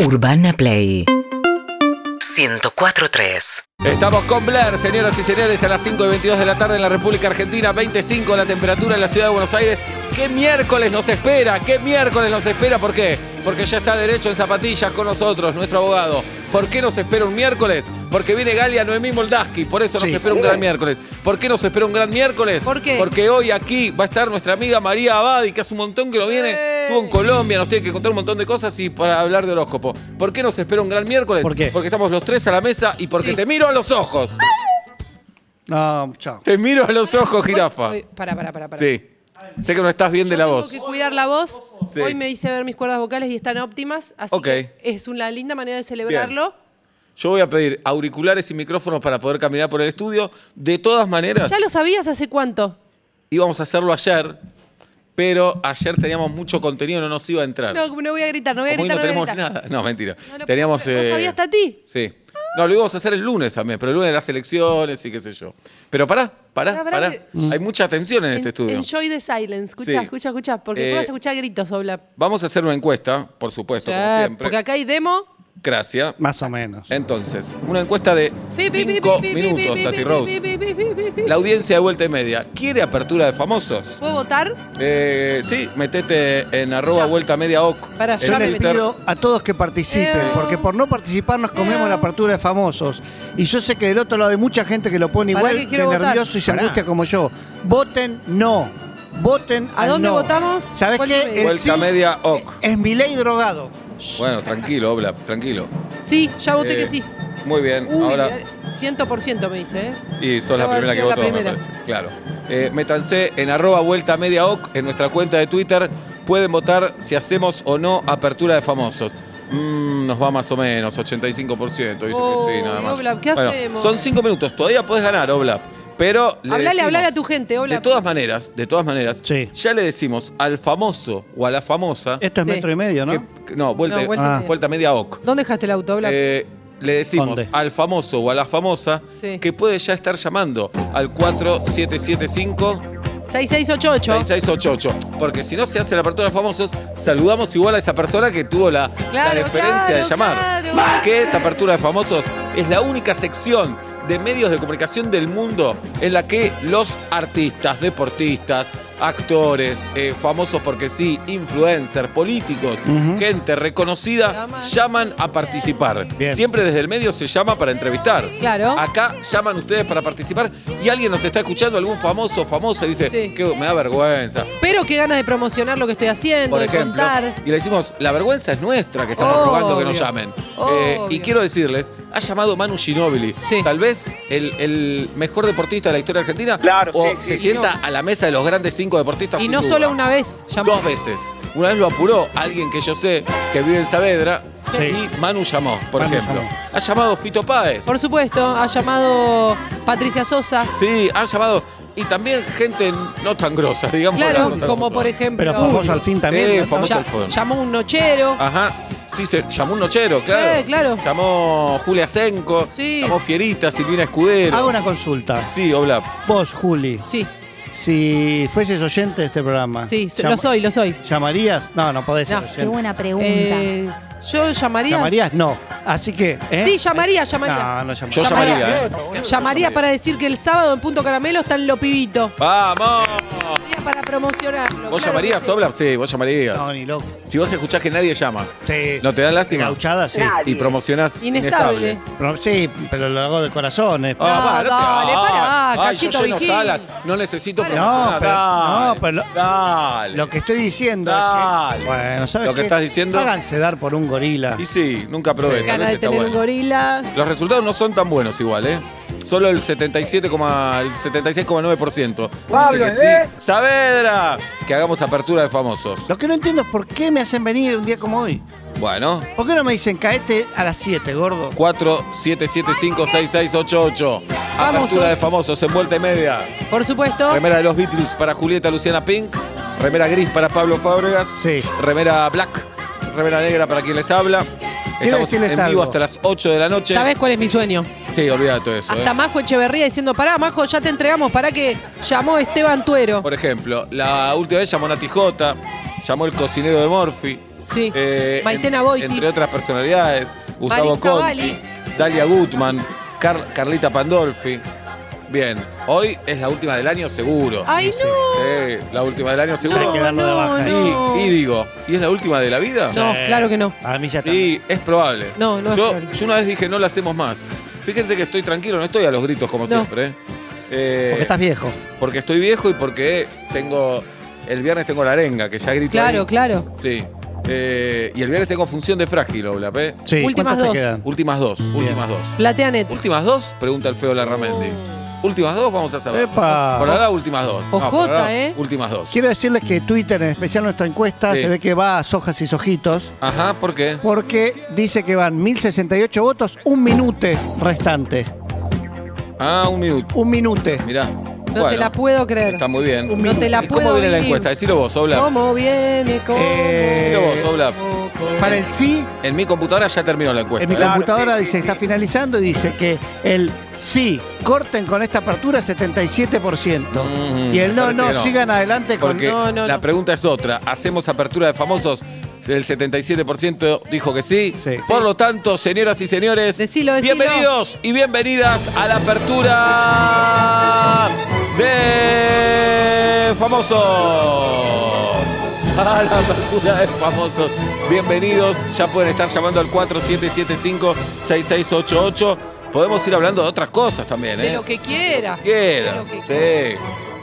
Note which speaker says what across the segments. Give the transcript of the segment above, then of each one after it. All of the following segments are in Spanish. Speaker 1: Urbana Play 104.3
Speaker 2: Estamos con Blair, señoras y señores, a las 5 y 22 de la tarde en la República Argentina, 25 la temperatura en la ciudad de Buenos Aires. ¿Qué miércoles nos espera? ¿Qué miércoles nos espera? ¿Por qué? Porque ya está derecho en zapatillas con nosotros, nuestro abogado. ¿Por qué nos espera un miércoles? Porque viene Galia Noemí Moldaski, por eso nos espera un gran miércoles. ¿Por qué nos espera un gran miércoles?
Speaker 3: ¿Por qué?
Speaker 2: Porque hoy aquí va a estar nuestra amiga María Abadi, que hace un montón que no viene, estuvo en Colombia, nos tiene que contar un montón de cosas y para hablar de horóscopo. ¿Por qué nos espera un gran miércoles?
Speaker 4: ¿Por qué?
Speaker 2: Porque estamos los tres a la mesa y porque
Speaker 3: Sí.
Speaker 2: te miro a los ojos.
Speaker 4: No, chao.
Speaker 2: Te miro a los ojos, jirafa.
Speaker 3: Hoy- Para, para, para. para.
Speaker 2: Sí. Sé que no estás bien de
Speaker 3: Yo
Speaker 2: la
Speaker 3: tengo
Speaker 2: voz.
Speaker 3: que cuidar la voz.
Speaker 2: Sí.
Speaker 3: Hoy me hice ver mis cuerdas vocales y están óptimas. Así
Speaker 2: Ok.
Speaker 3: que es una linda manera de celebrarlo.
Speaker 2: Yo voy a pedir auriculares y micrófonos para poder caminar por el estudio. De todas maneras,
Speaker 3: ¿Ya lo sabías hace cuánto?
Speaker 2: íbamos a hacerlo ayer, pero ayer teníamos mucho contenido, no nos iba a entrar.
Speaker 3: No, no voy a gritar, no voy a
Speaker 2: Como hoy no
Speaker 3: gritar. voy a
Speaker 2: tenemos
Speaker 3: gritar.
Speaker 2: nada. No, mentira.
Speaker 3: No lo
Speaker 2: teníamos.
Speaker 3: puedo creer. ¿No
Speaker 2: eh,
Speaker 3: sabía hasta ti?
Speaker 2: Sí. No, lo íbamos a hacer el lunes también, pero el lunes de las elecciones y qué sé yo. Pero pará, pará,
Speaker 3: Pará, pará,
Speaker 2: pará. Mm.
Speaker 3: que-
Speaker 2: Hay mucha tensión en
Speaker 3: En-
Speaker 2: este estudio.
Speaker 3: Enjoy the silence. Escucha,
Speaker 2: Sí.
Speaker 3: escucha, escucha. Porque
Speaker 2: Eh,
Speaker 3: tú vas a escuchar gritos, Obla.
Speaker 2: Vamos a hacer una encuesta, por supuesto, como
Speaker 3: Ah,
Speaker 2: siempre.
Speaker 3: porque acá hay demo.
Speaker 2: Gracias.
Speaker 4: Más o menos.
Speaker 2: Entonces, una encuesta de 5 minutos, Tati Rose. La
Speaker 3: Rose.
Speaker 2: audiencia de vuelta y media, ¿quiere apertura de famosos?
Speaker 3: ¿Puedo votar?
Speaker 2: Eh, sí, metete en arroba
Speaker 3: Ya.
Speaker 2: vuelta media oc.
Speaker 3: Pará,
Speaker 2: en
Speaker 3: ya
Speaker 4: Yo
Speaker 3: me
Speaker 4: les
Speaker 2: Twitter.
Speaker 4: pido a todos que participen,
Speaker 3: Eh.
Speaker 4: porque por no participar nos comemos la apertura de famosos. Y yo sé que del otro lado hay mucha gente que lo pone
Speaker 3: Pará
Speaker 4: igual
Speaker 3: que
Speaker 4: de
Speaker 3: quiero votar.
Speaker 4: nervioso y se angustia como yo. Voten no. Voten
Speaker 3: ¿A
Speaker 4: al
Speaker 3: dónde
Speaker 4: no.
Speaker 3: votamos?
Speaker 4: ¿Sabés
Speaker 3: ¿Cuál
Speaker 4: qué?
Speaker 3: medio?
Speaker 4: El
Speaker 2: Vuelta
Speaker 4: sí Eh,
Speaker 2: media oc.
Speaker 4: Es mi ley drogado.
Speaker 2: Bueno, tranquilo, Obla, tranquilo.
Speaker 3: Sí, ya voté
Speaker 2: Eh,
Speaker 3: que sí.
Speaker 2: Muy bien,
Speaker 3: Uy, eh,
Speaker 2: ahora.
Speaker 3: 100% me dice, ¿eh?
Speaker 2: Y sos la
Speaker 3: acabo de
Speaker 2: primera que
Speaker 3: ser la
Speaker 2: votó, me
Speaker 3: primera.
Speaker 2: parece. Claro. Eh, métanse en arroba vuelta media oc en nuestra cuenta de Twitter. Pueden votar si hacemos o no apertura de famosos. Mm, nos va más o menos, 85%. Dicen
Speaker 3: Oh,
Speaker 2: que sí, nada más.
Speaker 3: Oblap, ¿qué
Speaker 2: Bueno,
Speaker 3: hacemos?
Speaker 2: Son cinco minutos, todavía podés ganar, Oblap. Pero le
Speaker 3: Hablale,
Speaker 2: decimos-
Speaker 3: hablale a tu gente, hola.
Speaker 2: De todas maneras, de todas maneras,
Speaker 4: Sí.
Speaker 2: ya le decimos al famoso o a la famosa.
Speaker 4: Esto es
Speaker 3: Sí.
Speaker 4: metro y medio, ¿no?
Speaker 2: que- que- no, vuelta,
Speaker 3: No, vuelta
Speaker 2: ah.
Speaker 3: media.
Speaker 2: vuelta media OC.
Speaker 3: ¿Dónde dejaste el auto, Blas?
Speaker 2: Eh, le decimos
Speaker 4: ¿Dónde?
Speaker 2: al famoso o a la famosa
Speaker 3: Sí.
Speaker 2: que puede ya estar llamando al 4775-6688.
Speaker 3: 6688.
Speaker 2: Porque si no se hace la apertura de famosos, saludamos igual a esa persona que tuvo la, la
Speaker 3: Claro,
Speaker 2: deferencia de
Speaker 3: claro,
Speaker 2: llamar.
Speaker 3: claro.
Speaker 2: ¿Qué es apertura de famosos? Es la única sección de medios de comunicación del mundo en la que los artistas, deportistas, actores, eh, famosos porque sí, influencers, políticos,
Speaker 4: Ujú.
Speaker 2: gente reconocida,
Speaker 3: Llaman.
Speaker 2: llaman a participar.
Speaker 4: Bien.
Speaker 2: Siempre desde el medio se llama para entrevistar.
Speaker 3: Claro.
Speaker 2: Acá llaman ustedes para participar y alguien nos está escuchando, algún famoso, famosa, y dice,
Speaker 3: Sí.
Speaker 2: que me da vergüenza.
Speaker 3: Pero qué ganas de promocionar lo que estoy haciendo,
Speaker 2: Por
Speaker 3: de
Speaker 2: ejemplo,
Speaker 3: contar.
Speaker 2: y le decimos, la vergüenza es nuestra que estamos
Speaker 3: Obvio.
Speaker 2: rogando que nos llamen. Eh, y
Speaker 3: Obvio.
Speaker 2: quiero decirles, ha llamado Manu Ginóbili,
Speaker 3: Sí.
Speaker 2: tal vez el, el mejor deportista de la historia argentina,
Speaker 5: Claro,
Speaker 2: o
Speaker 5: sí,
Speaker 2: se
Speaker 5: sí.
Speaker 2: sienta a la mesa de los grandes cinco deportistas.
Speaker 3: Y
Speaker 2: sin
Speaker 3: no
Speaker 2: duda.
Speaker 3: solo una vez. llamó.
Speaker 2: Dos veces. Una vez lo apuró alguien que yo sé que vive en Saavedra
Speaker 4: Sí.
Speaker 2: y Manu llamó, por
Speaker 4: Manu
Speaker 2: ejemplo.
Speaker 4: llamó.
Speaker 2: Ha llamado Fito Páez.
Speaker 3: Por supuesto, ha llamado Patricia Sosa.
Speaker 2: Sí, ha llamado. Y también gente no tan grosa, digamos. las
Speaker 3: Claro,
Speaker 2: cosas
Speaker 3: como
Speaker 2: son.
Speaker 3: por ejemplo.
Speaker 4: Pero famoso al fin también.
Speaker 2: Sí,
Speaker 4: ¿no?
Speaker 2: famoso.
Speaker 3: ya-
Speaker 2: al fondo.
Speaker 3: llamó un nochero.
Speaker 2: Ajá. Sí, se llamó un nochero, claro.
Speaker 3: Sí, Eh, claro.
Speaker 2: Llamó Julia Senco.
Speaker 3: Sí.
Speaker 2: Llamó Fierita, Silvina Escudero.
Speaker 4: Hago una consulta.
Speaker 2: Sí, Oblap.
Speaker 4: Vos, Juli,
Speaker 3: Sí,
Speaker 4: si fueses oyente de este programa.
Speaker 3: sí, so-
Speaker 4: ¿llama-
Speaker 3: lo soy, lo soy.
Speaker 4: ¿Llamarías? No, no podés ser
Speaker 3: No.
Speaker 4: oyente.
Speaker 6: Qué buena pregunta.
Speaker 3: Eh, yo llamaría.
Speaker 4: ¿Llamarías? No. Así que. ¿eh?
Speaker 3: Sí, llamaría, llamaría.
Speaker 4: No, no
Speaker 2: Yo
Speaker 4: llamaría.
Speaker 2: llamaría, ¿eh?
Speaker 3: Llamaría para decir que el sábado en Punto Caramelo están los pibitos.
Speaker 2: ¡Vamos!
Speaker 3: Llamaría para promocionarlo.
Speaker 2: ¿Vos
Speaker 3: claro
Speaker 2: llamarías,
Speaker 3: que sí.
Speaker 2: Oblap? Sí, vos llamarías.
Speaker 4: No, ni loco.
Speaker 2: Si vos escuchás que nadie llama
Speaker 4: Sí,
Speaker 2: ¿No te da lástima?
Speaker 4: Gauchada, sí.
Speaker 5: Claro.
Speaker 2: y promocionás inestable.
Speaker 3: Inestable.
Speaker 4: Pero- sí, pero lo hago de corazón. eh.
Speaker 2: Ah, va, te-
Speaker 3: dale,
Speaker 2: ah,
Speaker 3: pará,
Speaker 2: ay, yo
Speaker 3: Cachito
Speaker 2: lleno
Speaker 3: Vigil.
Speaker 2: salas, No necesito
Speaker 4: No,
Speaker 2: promocionar.
Speaker 4: pero-
Speaker 2: Dale,
Speaker 4: no, pero lo-
Speaker 2: dale.
Speaker 4: Lo que estoy diciendo. es que-
Speaker 2: Dale.
Speaker 4: bueno, ¿sabes
Speaker 2: Lo que
Speaker 4: qué?
Speaker 2: estás diciendo-
Speaker 4: Háganse dar por un gorila.
Speaker 2: Y sí, nunca probé. tal
Speaker 3: Ganas
Speaker 2: vez
Speaker 3: de
Speaker 2: está
Speaker 3: tener un
Speaker 2: bueno.
Speaker 3: gorila.
Speaker 2: Los resultados no son tan buenos igual, ¿eh? Solo el 77, coma- el 76,9%.
Speaker 5: Pablo,
Speaker 2: Dice que
Speaker 5: ¿eh?
Speaker 2: sí. ¡Saavedra! Que hagamos apertura de famosos.
Speaker 4: Lo que no entiendo es por qué me hacen venir un día como hoy.
Speaker 2: Bueno,
Speaker 4: ¿Por qué no me dicen caete a las 7, gordo?
Speaker 2: 47756688. Apertura
Speaker 3: Famosos. Oh.
Speaker 2: de famosos en vuelta y media.
Speaker 3: Por supuesto.
Speaker 2: Remera de los Beatles para Julieta Luciana Pink. Remera gris para Pablo Fábregas.
Speaker 4: Sí.
Speaker 2: Remera black. Remera negra para quien les habla.
Speaker 4: Quiero
Speaker 2: Estamos en
Speaker 4: decirles
Speaker 2: vivo
Speaker 4: algo.
Speaker 2: hasta las 8 de la noche.
Speaker 3: ¿Sabés cuál es mi sueño?
Speaker 2: Sí, olvídate de eso. ¿eh?
Speaker 3: Hasta Majo Echeverría diciendo, pará, Majo, ya te entregamos, pará que llamó Esteban Tuero.
Speaker 2: Por ejemplo, la última vez llamó Nati Jota, llamó el cocinero de Morphy,
Speaker 3: Sí.
Speaker 2: Eh,
Speaker 3: Maitena
Speaker 2: en-
Speaker 3: Boitis.
Speaker 2: Entre otras personalidades. Gustavo
Speaker 3: Maritza
Speaker 2: Conti,
Speaker 3: Valli.
Speaker 2: Dalia Gutman, Car- Carlita Pandolfi. Bien, hoy es la última del año seguro.
Speaker 3: ¡Ay, no!
Speaker 2: Sí, la última del año
Speaker 4: Hay
Speaker 2: seguro.
Speaker 4: que darlo de baja.
Speaker 3: no.
Speaker 2: Y, y digo, ¿y es la última de la vida?
Speaker 3: No, claro que no.
Speaker 4: Para mí ya está.
Speaker 2: Y es probable.
Speaker 3: No, no es
Speaker 2: yo,
Speaker 3: probable.
Speaker 2: yo una vez dije, no la hacemos más. Fíjense que estoy tranquilo, no estoy a los gritos como
Speaker 3: No.
Speaker 2: siempre. ¿eh? Eh,
Speaker 4: Porque estás viejo.
Speaker 2: porque estoy viejo y porque tengo. El viernes tengo la arenga, que ya grito.
Speaker 3: Claro,
Speaker 2: ahí.
Speaker 3: claro.
Speaker 2: Sí. Eh, y el viernes tengo función de frágil, Oblap. ¿eh?
Speaker 4: Sí.
Speaker 3: Últimas
Speaker 4: ¿cuántas
Speaker 3: dos.
Speaker 4: te quedan?
Speaker 2: Últimas dos, últimas dos.
Speaker 3: Plateanet.
Speaker 2: ¿Últimas dos? Pregunta el feo Larramendi. Últimas dos, vamos a saber.
Speaker 4: Epa.
Speaker 2: Por ahora, últimas dos.
Speaker 3: Oh. Ojota,
Speaker 2: por ahora,
Speaker 3: ¿eh?
Speaker 2: Últimas dos.
Speaker 4: Quiero decirles que Twitter, en especial nuestra encuesta,
Speaker 2: Sí.
Speaker 4: se ve que va a sojas y sojitos.
Speaker 2: Ajá, ¿por qué?
Speaker 4: Porque dice que van 1068 votos, un minute restante.
Speaker 2: Ah, un minuto.
Speaker 4: Un minute.
Speaker 2: Mirá.
Speaker 3: No te la puedo creer.
Speaker 2: Está muy bien.
Speaker 3: No te la
Speaker 2: ¿Y
Speaker 3: puedo
Speaker 2: ¿Cómo viene la
Speaker 3: vivir.
Speaker 2: encuesta? Decilo vos, Obla.
Speaker 3: ¿Cómo viene? ¿Cómo?
Speaker 4: Eh,
Speaker 2: Decilo vos, Obla.
Speaker 4: Para el sí,
Speaker 2: En mi computadora ya terminó la encuesta.
Speaker 4: en
Speaker 2: ¿eh?
Speaker 4: mi computadora dice, está finalizando y dice que el sí, corten con esta apertura 77%.
Speaker 2: Mm,
Speaker 4: y el
Speaker 2: me
Speaker 4: no,
Speaker 2: parece
Speaker 4: no,
Speaker 2: que no.
Speaker 4: sigan adelante con...
Speaker 2: Porque
Speaker 3: No, no,
Speaker 2: la
Speaker 3: no.
Speaker 2: pregunta es otra. ¿Hacemos apertura de famosos? El 77% dijo que sí.
Speaker 4: Sí.
Speaker 2: Por lo tanto, señoras y señores,
Speaker 3: Decilo, decilo.
Speaker 2: bienvenidos y bienvenidas a la apertura de famosos. A la apertura de famosos. Bienvenidos. Ya pueden estar llamando al 4775-6688. Podemos ir hablando de otras cosas también. ¿eh?
Speaker 3: De lo que quiera.
Speaker 2: quiera.
Speaker 3: De lo que
Speaker 2: sí.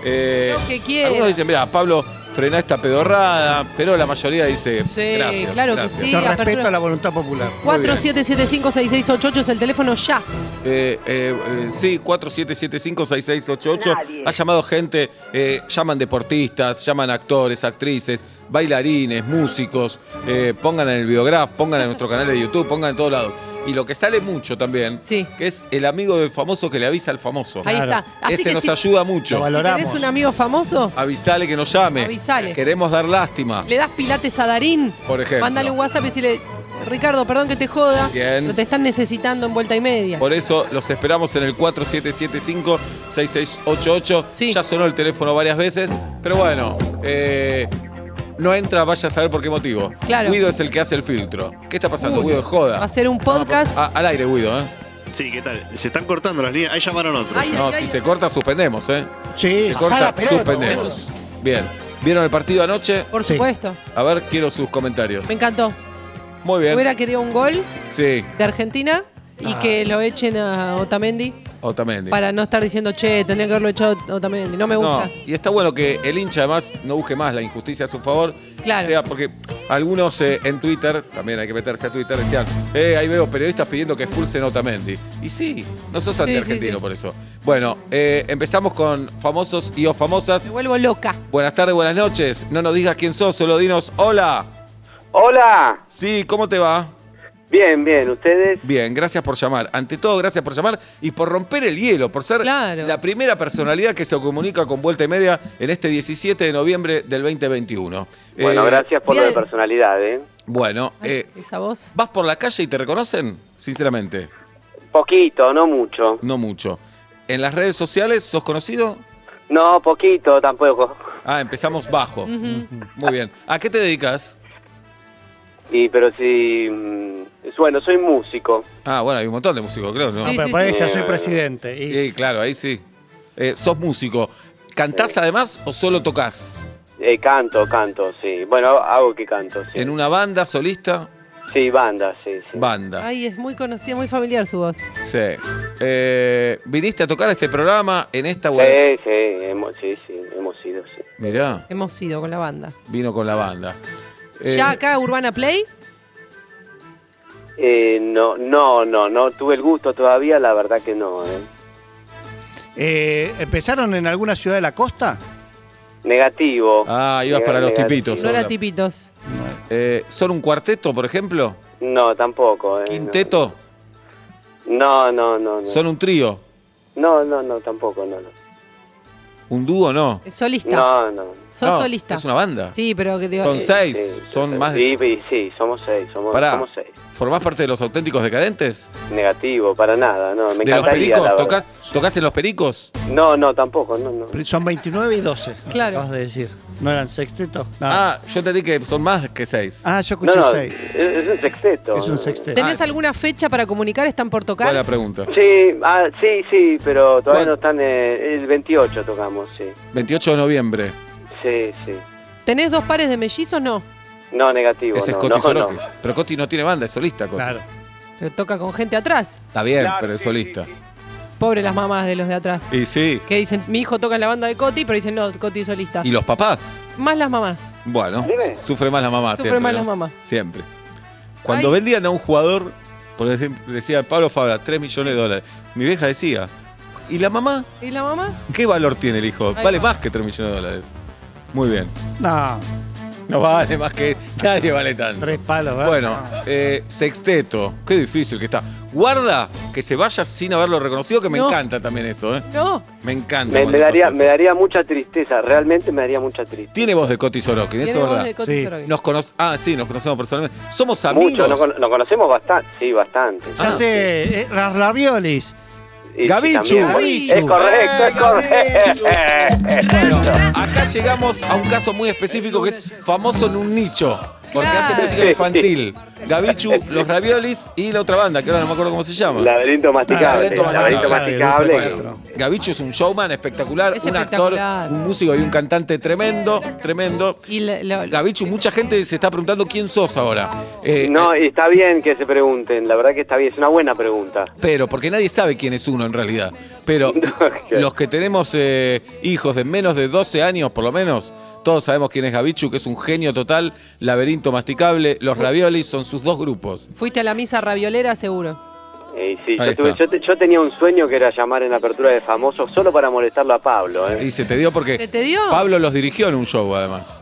Speaker 2: Eh,
Speaker 3: Lo que quiera.
Speaker 2: Algunos dicen, mira, Pablo, frena esta pedorrada, pero la mayoría dice,
Speaker 3: Sí,
Speaker 2: gracias.
Speaker 3: claro que
Speaker 2: gracias".
Speaker 3: sí.
Speaker 4: Yo
Speaker 3: apertura-
Speaker 4: respeto a la voluntad popular.
Speaker 3: 47756688 es el teléfono ya.
Speaker 2: Eh, eh, eh, sí, 4775-6688.
Speaker 1: Nadie.
Speaker 2: Ha llamado gente, eh, llaman deportistas, llaman actores, actrices, bailarines, músicos. eh, pongan en el biograf, pongan en nuestro canal de YouTube, pongan en todos lados. Y lo que sale mucho también,
Speaker 3: Sí.
Speaker 2: que es el amigo del famoso que le avisa al famoso.
Speaker 3: Ahí
Speaker 4: Claro.
Speaker 3: está. Así
Speaker 2: Ese
Speaker 3: que
Speaker 2: nos
Speaker 3: si,
Speaker 2: ayuda mucho.
Speaker 4: Lo
Speaker 3: si
Speaker 4: valoramos.
Speaker 3: tenés un amigo famoso,
Speaker 2: Avisale que nos llame.
Speaker 3: Avisale.
Speaker 2: Queremos dar lástima.
Speaker 3: le das pilates a Darín.
Speaker 2: Por ejemplo.
Speaker 3: Mándale un WhatsApp y decirle, Ricardo, perdón que te joda,
Speaker 2: Bien.
Speaker 3: pero te están necesitando en vuelta y media.
Speaker 2: Por eso los esperamos en el 4775-6688.
Speaker 3: Sí.
Speaker 2: Ya sonó el teléfono varias veces, pero bueno, eh, no entra, vaya a saber por qué motivo.
Speaker 3: Claro.
Speaker 2: Guido es el que hace el filtro. ¿Qué está pasando,
Speaker 3: Uy,
Speaker 2: Guido?
Speaker 3: Va a
Speaker 2: Joda.
Speaker 3: ser un podcast.
Speaker 2: Ah, al aire, Guido, ¿eh?
Speaker 5: Sí, ¿qué tal? Se están cortando las líneas. Ahí llamaron otros.
Speaker 3: Ay,
Speaker 2: No,
Speaker 3: ay,
Speaker 2: si
Speaker 3: ay.
Speaker 2: se corta, suspendemos, ¿eh?
Speaker 4: Sí,
Speaker 2: Se
Speaker 4: bajá
Speaker 2: corta,
Speaker 4: la pelota,
Speaker 2: suspendemos.
Speaker 4: boludo.
Speaker 2: Bien. ¿Vieron el partido anoche?
Speaker 3: por
Speaker 4: sí.
Speaker 3: supuesto.
Speaker 2: A ver, quiero sus comentarios.
Speaker 3: Me encantó.
Speaker 2: Muy bien.
Speaker 3: Hubiera querido un gol
Speaker 2: Sí,
Speaker 3: de Argentina y
Speaker 2: Ah.
Speaker 3: que lo echen a Otamendi
Speaker 2: Otamendi.
Speaker 3: para no estar diciendo, che, tendría que haberlo echado a Otamendi. No me gusta.
Speaker 2: No, y está bueno que el hincha además no busque más la injusticia a su favor.
Speaker 3: Claro.
Speaker 2: O sea, porque algunos eh, en Twitter, también hay que meterse a Twitter, decían, eh, ahí veo periodistas pidiendo que expulsen a Otamendi. Y sí, no sos anti-argentino
Speaker 3: sí, sí.
Speaker 2: por eso. Bueno, eh, empezamos con famosos y o famosas.
Speaker 3: Me vuelvo loca.
Speaker 2: Buenas tardes, buenas noches. No nos digas quién sos, solo dinos hola.
Speaker 1: Hola,
Speaker 2: Sí, ¿cómo te va?
Speaker 1: bien, bien, ustedes.
Speaker 2: Bien, gracias por llamar. Ante todo, gracias por llamar y por romper el hielo, por ser
Speaker 3: Claro.
Speaker 2: la primera personalidad que se comunica con Vuelta y Media en este 17 de noviembre del 2021.
Speaker 1: Bueno,
Speaker 2: Eh,
Speaker 1: gracias por
Speaker 3: bien.
Speaker 1: lo de personalidad, ¿eh?
Speaker 2: Bueno,
Speaker 3: Ay,
Speaker 2: eh,
Speaker 3: esa voz.
Speaker 2: ¿vas por la calle y te reconocen? Sinceramente,
Speaker 1: Poquito, no mucho.
Speaker 2: no mucho. ¿En las redes sociales sos conocido?
Speaker 1: No, poquito tampoco.
Speaker 2: Ah, empezamos bajo. Muy bien. ¿A qué te dedicas?
Speaker 1: Y pero si mm, bueno, soy músico.
Speaker 2: Ah, bueno, hay un montón de músicos, creo, ¿no?
Speaker 4: No,
Speaker 3: Sí,
Speaker 4: Ah, pero
Speaker 3: sí,
Speaker 4: por ahí
Speaker 3: sí.
Speaker 4: ya soy presidente. y-
Speaker 2: Sí, claro, ahí sí. Eh, ¿Sos músico? ¿Cantás además o solo tocas?
Speaker 1: Eh, canto, canto, sí. Bueno, hago que canto, sí.
Speaker 2: ¿En una banda, solista?
Speaker 1: Sí, banda, sí, sí.
Speaker 2: Banda.
Speaker 3: Ay, es muy conocida, muy familiar su voz.
Speaker 2: Sí. Eh, viniste a tocar este programa en esta web.
Speaker 1: Sí, sí, hemos, sí, sí, hemos ido, sí.
Speaker 2: Mirá,
Speaker 3: Hemos ido con la banda.
Speaker 2: vino con la banda. Eh,
Speaker 3: ya acá, Urbana Play.
Speaker 1: Eh, no, no, no, no tuve el gusto todavía, la verdad que no, ¿eh?
Speaker 4: Eh, ¿Empezaron en alguna ciudad de la costa?
Speaker 1: Negativo.
Speaker 2: Ah, ibas
Speaker 1: Neg-
Speaker 2: para los
Speaker 1: negativo.
Speaker 2: tipitos.
Speaker 3: No era
Speaker 2: Hola.
Speaker 3: tipitos.
Speaker 2: eh, ¿Son un cuarteto, por ejemplo?
Speaker 1: No, tampoco, ¿eh? no.
Speaker 2: ¿Quinteto?
Speaker 1: No, no, no, no.
Speaker 2: ¿Son un trío?
Speaker 1: No, no, no, tampoco, no, no.
Speaker 2: ¿Un dúo no?
Speaker 3: Es Solista.
Speaker 1: No, no.
Speaker 3: Sos
Speaker 2: No,
Speaker 3: solista.
Speaker 2: Es una banda.
Speaker 3: Sí, pero que digo,
Speaker 2: Son
Speaker 3: eh,
Speaker 2: seis,
Speaker 1: Sí,
Speaker 2: son
Speaker 1: sí,
Speaker 2: más de...
Speaker 1: Sí, sí, sí, somos seis, somos,
Speaker 2: Pará.
Speaker 1: somos seis.
Speaker 2: ¿Formás parte de los auténticos decadentes?
Speaker 1: Negativo, para nada, no, me
Speaker 2: ¿De los
Speaker 1: encantaría,
Speaker 2: pericos?
Speaker 1: la verdad.
Speaker 2: ¿Tocás, ¿Tocás en los pericos?
Speaker 1: No, no, tampoco, no, no.
Speaker 4: Son 29 y 12.
Speaker 3: Claro.
Speaker 4: Acabas de decir. ¿No eran sexteto? No.
Speaker 2: Ah, yo entendí que son más que seis.
Speaker 4: Ah, yo
Speaker 1: No,
Speaker 4: escuché
Speaker 1: no,
Speaker 4: seis.
Speaker 1: es, es un sexteto.
Speaker 4: Es un sexteto.
Speaker 2: Ah,
Speaker 3: eh, ¿Tenés
Speaker 2: es-
Speaker 3: alguna fecha para comunicar? ¿Están por tocar?
Speaker 2: Buena pregunta.
Speaker 1: Sí, ah, sí, sí, pero todavía
Speaker 2: ¿Cuál?
Speaker 1: no están. eh, el 28 tocamos, sí.
Speaker 2: 28 de noviembre.
Speaker 1: Sí, sí.
Speaker 3: ¿Tenés dos pares de mellizos? No.
Speaker 1: No, negativo.
Speaker 2: Ese es
Speaker 1: no,
Speaker 2: Coti
Speaker 1: no,
Speaker 2: Sorokin.
Speaker 1: no.
Speaker 2: Pero Coti no tiene banda, es solista. Coti.
Speaker 4: Claro.
Speaker 3: Pero toca con gente atrás.
Speaker 2: Está bien, pero es solista.
Speaker 3: Pobre las mamás de los de atrás.
Speaker 2: Y sí.
Speaker 3: Que dicen, mi hijo toca en la banda de Coti, pero dicen, no, Coti es solista.
Speaker 2: ¿Y los papás?
Speaker 3: Más las mamás.
Speaker 2: Bueno,
Speaker 1: Dime.
Speaker 2: sufre más la mamá
Speaker 3: Sufre
Speaker 2: siempre.
Speaker 3: más
Speaker 2: ¿no?
Speaker 3: la mamá.
Speaker 2: Siempre. Cuando
Speaker 3: Ay.
Speaker 2: vendían a un jugador, por ejemplo, decía Pablo Fabra, 3 millones de dólares. Mi vieja decía, ¿y la mamá?
Speaker 3: ¿Y la mamá?
Speaker 2: ¿Qué valor tiene el hijo?
Speaker 3: Ahí
Speaker 2: Vale
Speaker 3: va.
Speaker 2: más que 3 millones de dólares. Muy bien.
Speaker 4: No,
Speaker 2: No vale más que. Nadie vale tanto.
Speaker 4: tres palos, ¿verdad? Ah.
Speaker 2: Bueno,
Speaker 4: No.
Speaker 2: eh, sexteto. Qué difícil que está. Guarda que se vaya sin haberlo reconocido, que me
Speaker 3: No.
Speaker 2: encanta también eso, ¿eh?
Speaker 3: No.
Speaker 2: Me encanta.
Speaker 1: Me,
Speaker 2: cuando
Speaker 1: me daría,
Speaker 2: pasa eso.
Speaker 1: me daría mucha tristeza, realmente me daría mucha tristeza.
Speaker 2: Tiene voz de Coti Sorokin, eso
Speaker 3: Tiene
Speaker 2: es
Speaker 3: voz
Speaker 2: verdad.
Speaker 3: de Coti
Speaker 4: Sí.
Speaker 3: Sorokin.
Speaker 2: Nos cono- ah, sí, nos conocemos personalmente. Somos amigos.
Speaker 1: Mucho, nos, cono- nos conocemos bastante. Sí, bastante.
Speaker 4: Ya
Speaker 2: Ah.
Speaker 4: sé, eh, las raviolis. Eh,
Speaker 1: Y- y
Speaker 2: Gabichu.
Speaker 1: Eh, también-
Speaker 3: Gabichu.
Speaker 1: Es correcto, es correcto.
Speaker 2: Bueno, acá llegamos a un caso muy específico que es famoso en un nicho. Porque
Speaker 3: Claro.
Speaker 2: hace música infantil. Gabichu, los raviolis y la otra banda, que ahora no me acuerdo cómo se llama. Ah,
Speaker 1: Laberinto masticable.
Speaker 2: Laberinto
Speaker 1: Laberinto
Speaker 4: masticable.
Speaker 1: masticable.
Speaker 4: Bueno.
Speaker 2: Gabichu es un showman espectacular,
Speaker 3: Es
Speaker 2: un
Speaker 3: espectacular.
Speaker 2: actor, un músico y un cantante tremendo, tremendo.
Speaker 3: Y la- la-
Speaker 2: Gabichu, mucha gente se está preguntando quién sos ahora. Eh,
Speaker 1: No, y está bien que se pregunten, la verdad que está bien, es una buena pregunta.
Speaker 2: Pero, porque nadie sabe quién es uno en realidad. Pero
Speaker 1: No, claro.
Speaker 2: los que tenemos eh, hijos de menos de 12 años, por lo menos, todos sabemos quién es Gabichu, que es un genio total, laberinto masticable, los raviolis son sus dos grupos.
Speaker 3: Fuiste a la misa raviolera seguro.
Speaker 1: Y sí,
Speaker 2: Ahí
Speaker 1: yo, tuve-
Speaker 2: está.
Speaker 1: yo te- yo tenía un sueño que era llamar en apertura de famosos solo para molestarlo a Pablo. ¿eh?
Speaker 2: Y se te dio porque
Speaker 3: ¿Se te dio?
Speaker 2: Pablo los dirigió en un show, además.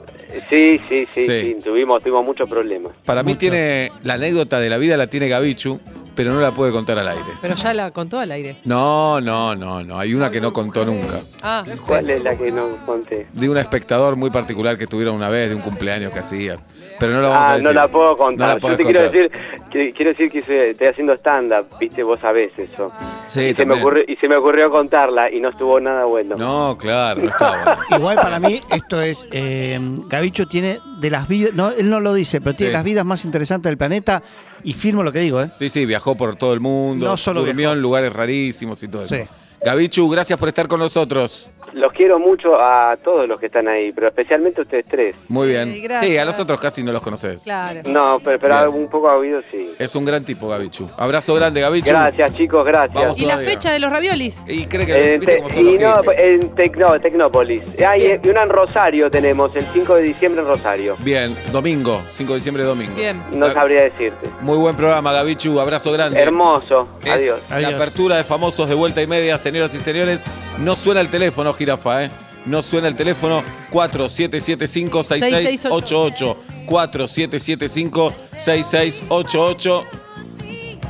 Speaker 1: Sí, sí,
Speaker 2: Sí.
Speaker 1: sí, sí, tuvimos, tuvimos muchos problemas.
Speaker 2: Para mí tiene, la anécdota de la vida la tiene Gabichu, pero no la puede contar al aire.
Speaker 3: Pero ya la contó al aire.
Speaker 2: No, no, no, no, hay una que no contó nunca.
Speaker 3: Ah,
Speaker 1: ¿Cuál es la que no conté?
Speaker 2: De un espectador muy particular que tuvieron una vez, de un cumpleaños que hacía. Pero no lo vamos a
Speaker 1: Ah,
Speaker 2: decir.
Speaker 1: no la puedo
Speaker 2: No la
Speaker 1: contar. Yo
Speaker 2: podés
Speaker 1: te quiero
Speaker 2: contar.
Speaker 1: decir, que- quiero decir que se- estoy haciendo stand-up, viste, vos sabés eso.
Speaker 2: Sí,
Speaker 1: y, se me
Speaker 2: también.
Speaker 1: ocurrió, y se me ocurrió contarla y no estuvo nada bueno.
Speaker 2: No, claro, no está bueno.
Speaker 4: Igual para mí esto es, eh, Gabicho tiene de las vidas, no, él no lo dice, pero tiene
Speaker 2: Sí.
Speaker 4: las vidas más interesantes del planeta y firmo lo que digo, ¿eh?
Speaker 2: Sí, sí, viajó por todo el mundo.
Speaker 4: No solo
Speaker 2: durmió
Speaker 4: viajó.
Speaker 2: en lugares rarísimos y todo eso.
Speaker 4: Sí.
Speaker 2: Gabichu, gracias por estar con nosotros.
Speaker 1: Los quiero mucho a todos los que están ahí, pero especialmente a ustedes tres.
Speaker 2: Muy bien.
Speaker 3: Sí, gracias.
Speaker 2: Sí, a los otros casi no los conoces.
Speaker 3: claro.
Speaker 1: No, pero, pero
Speaker 2: Bien.
Speaker 1: algo un poco habido sí.
Speaker 2: Es un gran tipo, Gabichu. Abrazo grande, Gabichu.
Speaker 1: Gracias, chicos, gracias.
Speaker 2: Vamos
Speaker 3: ¿Y la
Speaker 2: todavía.
Speaker 3: fecha de los raviolis?
Speaker 2: Y cree que
Speaker 1: En,
Speaker 2: viste
Speaker 1: te-
Speaker 2: cómo son
Speaker 1: y
Speaker 2: los
Speaker 1: no, pues,
Speaker 2: jefes.
Speaker 1: en Tecno- Tecnópolis. Ah, y, y una en Rosario tenemos, el 5 de diciembre en Rosario.
Speaker 2: Bien, domingo, 5 de diciembre, domingo.
Speaker 3: Bien.
Speaker 1: No
Speaker 2: Ga-
Speaker 1: sabría decirte.
Speaker 2: Muy buen programa, Gabichu. Abrazo grande.
Speaker 1: Hermoso.
Speaker 2: Es
Speaker 1: Adiós.
Speaker 2: La
Speaker 4: Adiós.
Speaker 2: apertura de famosos de vuelta y media, señoras y señores. No suena el teléfono, jirafa, ¿eh? No suena el teléfono 4775-6688. 4775-6688.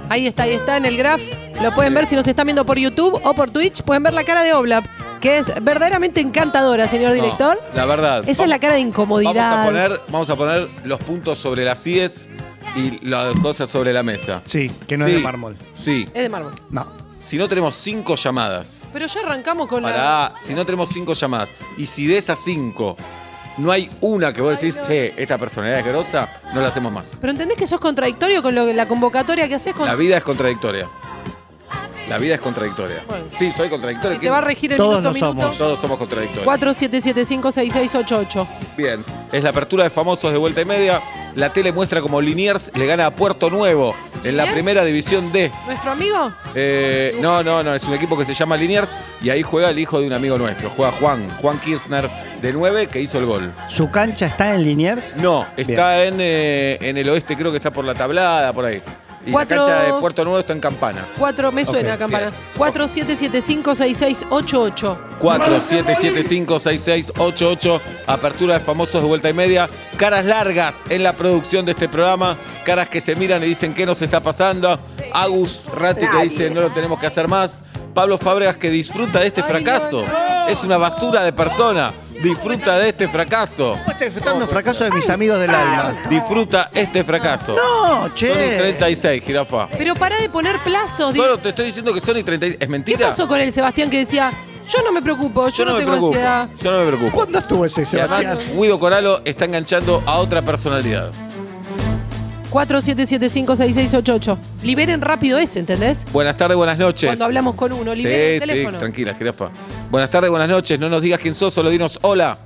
Speaker 3: Ahí está, ahí está en el graph. Lo pueden ver si nos están viendo por YouTube o por Twitch. Pueden ver la cara de Oblap, que es verdaderamente encantadora, señor director.
Speaker 2: No, la verdad.
Speaker 3: Esa es la cara de incomodidad.
Speaker 2: Vamos a, poner, vamos a poner los puntos sobre las IES y las cosas sobre la mesa.
Speaker 4: Sí, que no
Speaker 2: Sí,
Speaker 4: es de mármol.
Speaker 2: Sí.
Speaker 3: Es de mármol.
Speaker 4: No.
Speaker 2: Si no tenemos cinco llamadas.
Speaker 3: Pero ya arrancamos con la.
Speaker 2: Pará, si no tenemos cinco llamadas y si de esas cinco no hay una que vos decís, che, esta personalidad es grosa, no la hacemos más.
Speaker 3: Pero entendés que sos contradictorio con lo, la convocatoria que haces con.
Speaker 2: La vida es contradictoria. La vida es contradictoria.
Speaker 3: Bueno.
Speaker 2: Sí, soy contradictorio.
Speaker 3: Si te va a regir el
Speaker 4: Todos
Speaker 3: minuto
Speaker 4: lo
Speaker 3: minuto.
Speaker 4: somos.
Speaker 2: Todos somos contradictorios.
Speaker 3: 47756688.
Speaker 2: Bien, es la apertura de famosos de vuelta y media. La tele muestra como Liniers le gana a Puerto Nuevo en la
Speaker 3: ¿Liniers?
Speaker 2: primera división D.
Speaker 3: ¿Nuestro amigo?
Speaker 2: Eh, no, no, no, es un equipo que se llama Liniers y ahí juega el hijo de un amigo nuestro. Juega Juan, Juan Kirchner de 9 que hizo el gol.
Speaker 4: ¿Su cancha está en Liniers?
Speaker 2: No, está en, eh, en el oeste, creo que está por la tablada, por ahí. Y
Speaker 3: Cuatro-
Speaker 2: la cancha de Puerto Nuevo está en Campana.
Speaker 3: Cuatro, me suena,
Speaker 2: Ok,
Speaker 3: campana.
Speaker 2: bien.
Speaker 3: 47756688.
Speaker 2: 47756688, apertura de famosos de vuelta y media, caras largas en la producción de este programa, caras que se miran y dicen qué nos está pasando, Agus Ratti que dice no lo tenemos que hacer más, Pablo Fábregas que disfruta de este fracaso, es una basura de persona, disfruta de este fracaso,
Speaker 4: ¿Cómo está disfrutando un fracaso de mis amigos del alma?
Speaker 2: disfruta este fracaso.
Speaker 4: No,
Speaker 2: Sony
Speaker 4: che.
Speaker 2: 36, jirafa.
Speaker 3: Pero pará de poner plazos. di-
Speaker 2: Solo te estoy diciendo que Sony 36 es
Speaker 3: ¿Qué
Speaker 2: mentira.
Speaker 3: pasó con el Sebastián que decía, Yo no me preocupo, yo, no,
Speaker 2: me
Speaker 3: tengo
Speaker 2: preocupo.
Speaker 3: ansiedad.
Speaker 2: Yo no me preocupo.
Speaker 4: ¿Cuándo estuvo ese
Speaker 2: Y además,
Speaker 4: Sebastián?
Speaker 2: Guido Coralo está enganchando a otra personalidad.
Speaker 3: 47756688. Liberen rápido ese, ¿entendés?
Speaker 2: Buenas tardes, buenas noches.
Speaker 3: Cuando hablamos con uno,
Speaker 2: Sí,
Speaker 3: liberen el
Speaker 2: sí,
Speaker 3: teléfono.
Speaker 2: tranquila, jirafa. Buenas tardes, buenas noches. No nos digas quién sos, solo dinos hola.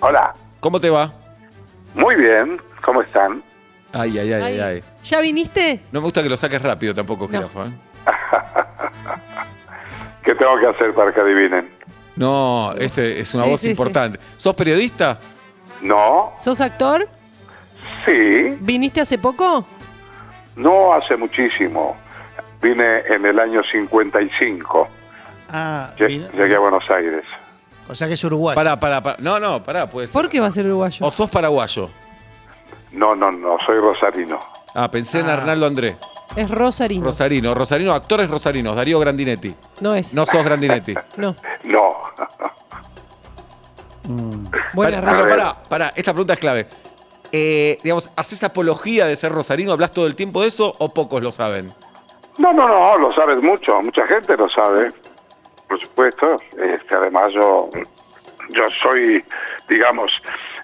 Speaker 6: Hola,
Speaker 2: ¿Cómo te va?
Speaker 6: muy bien, ¿cómo están?
Speaker 2: Ay, ay, ay, ay.
Speaker 3: Ay,
Speaker 2: ay.
Speaker 3: ¿Ya viniste?
Speaker 2: No me gusta que lo saques rápido tampoco,
Speaker 3: No.
Speaker 2: jirafa. ¿eh?
Speaker 6: ¿Qué tengo que hacer para que adivinen?
Speaker 2: No, este es una
Speaker 3: Sí,
Speaker 2: voz
Speaker 3: sí, sí.
Speaker 2: importante. ¿Sos periodista?
Speaker 6: No,
Speaker 3: ¿Sos actor?
Speaker 6: sí,
Speaker 3: ¿Viniste hace poco?
Speaker 6: no hace muchísimo. Vine en el año 55,
Speaker 4: Ah,
Speaker 6: Lle-
Speaker 4: mira.
Speaker 6: llegué a Buenos Aires.
Speaker 4: o sea que es Uruguay.
Speaker 2: Pará, pará, pará. No, no, pará, pues.
Speaker 3: ¿Por qué va a ser uruguayo?
Speaker 2: ¿O sos paraguayo?
Speaker 6: No, no, no, soy rosarino.
Speaker 2: Ah, pensé en Arnaldo André.
Speaker 3: Es Rosarino.
Speaker 2: Rosarino, Rosarino, actores rosarinos, Darío Grandinetti.
Speaker 3: no es.
Speaker 2: No sos Grandinetti.
Speaker 3: No.
Speaker 6: No,
Speaker 3: Buena
Speaker 2: Pará,
Speaker 3: radio.
Speaker 2: pero pará, pará, esta pregunta es clave. Eh, digamos, ¿haces apología de ser rosarino? ¿Hablas todo el tiempo de eso o pocos lo saben?
Speaker 6: no, no, no, lo sabes mucho, mucha gente lo sabe, por supuesto. Este, además yo, yo soy, digamos,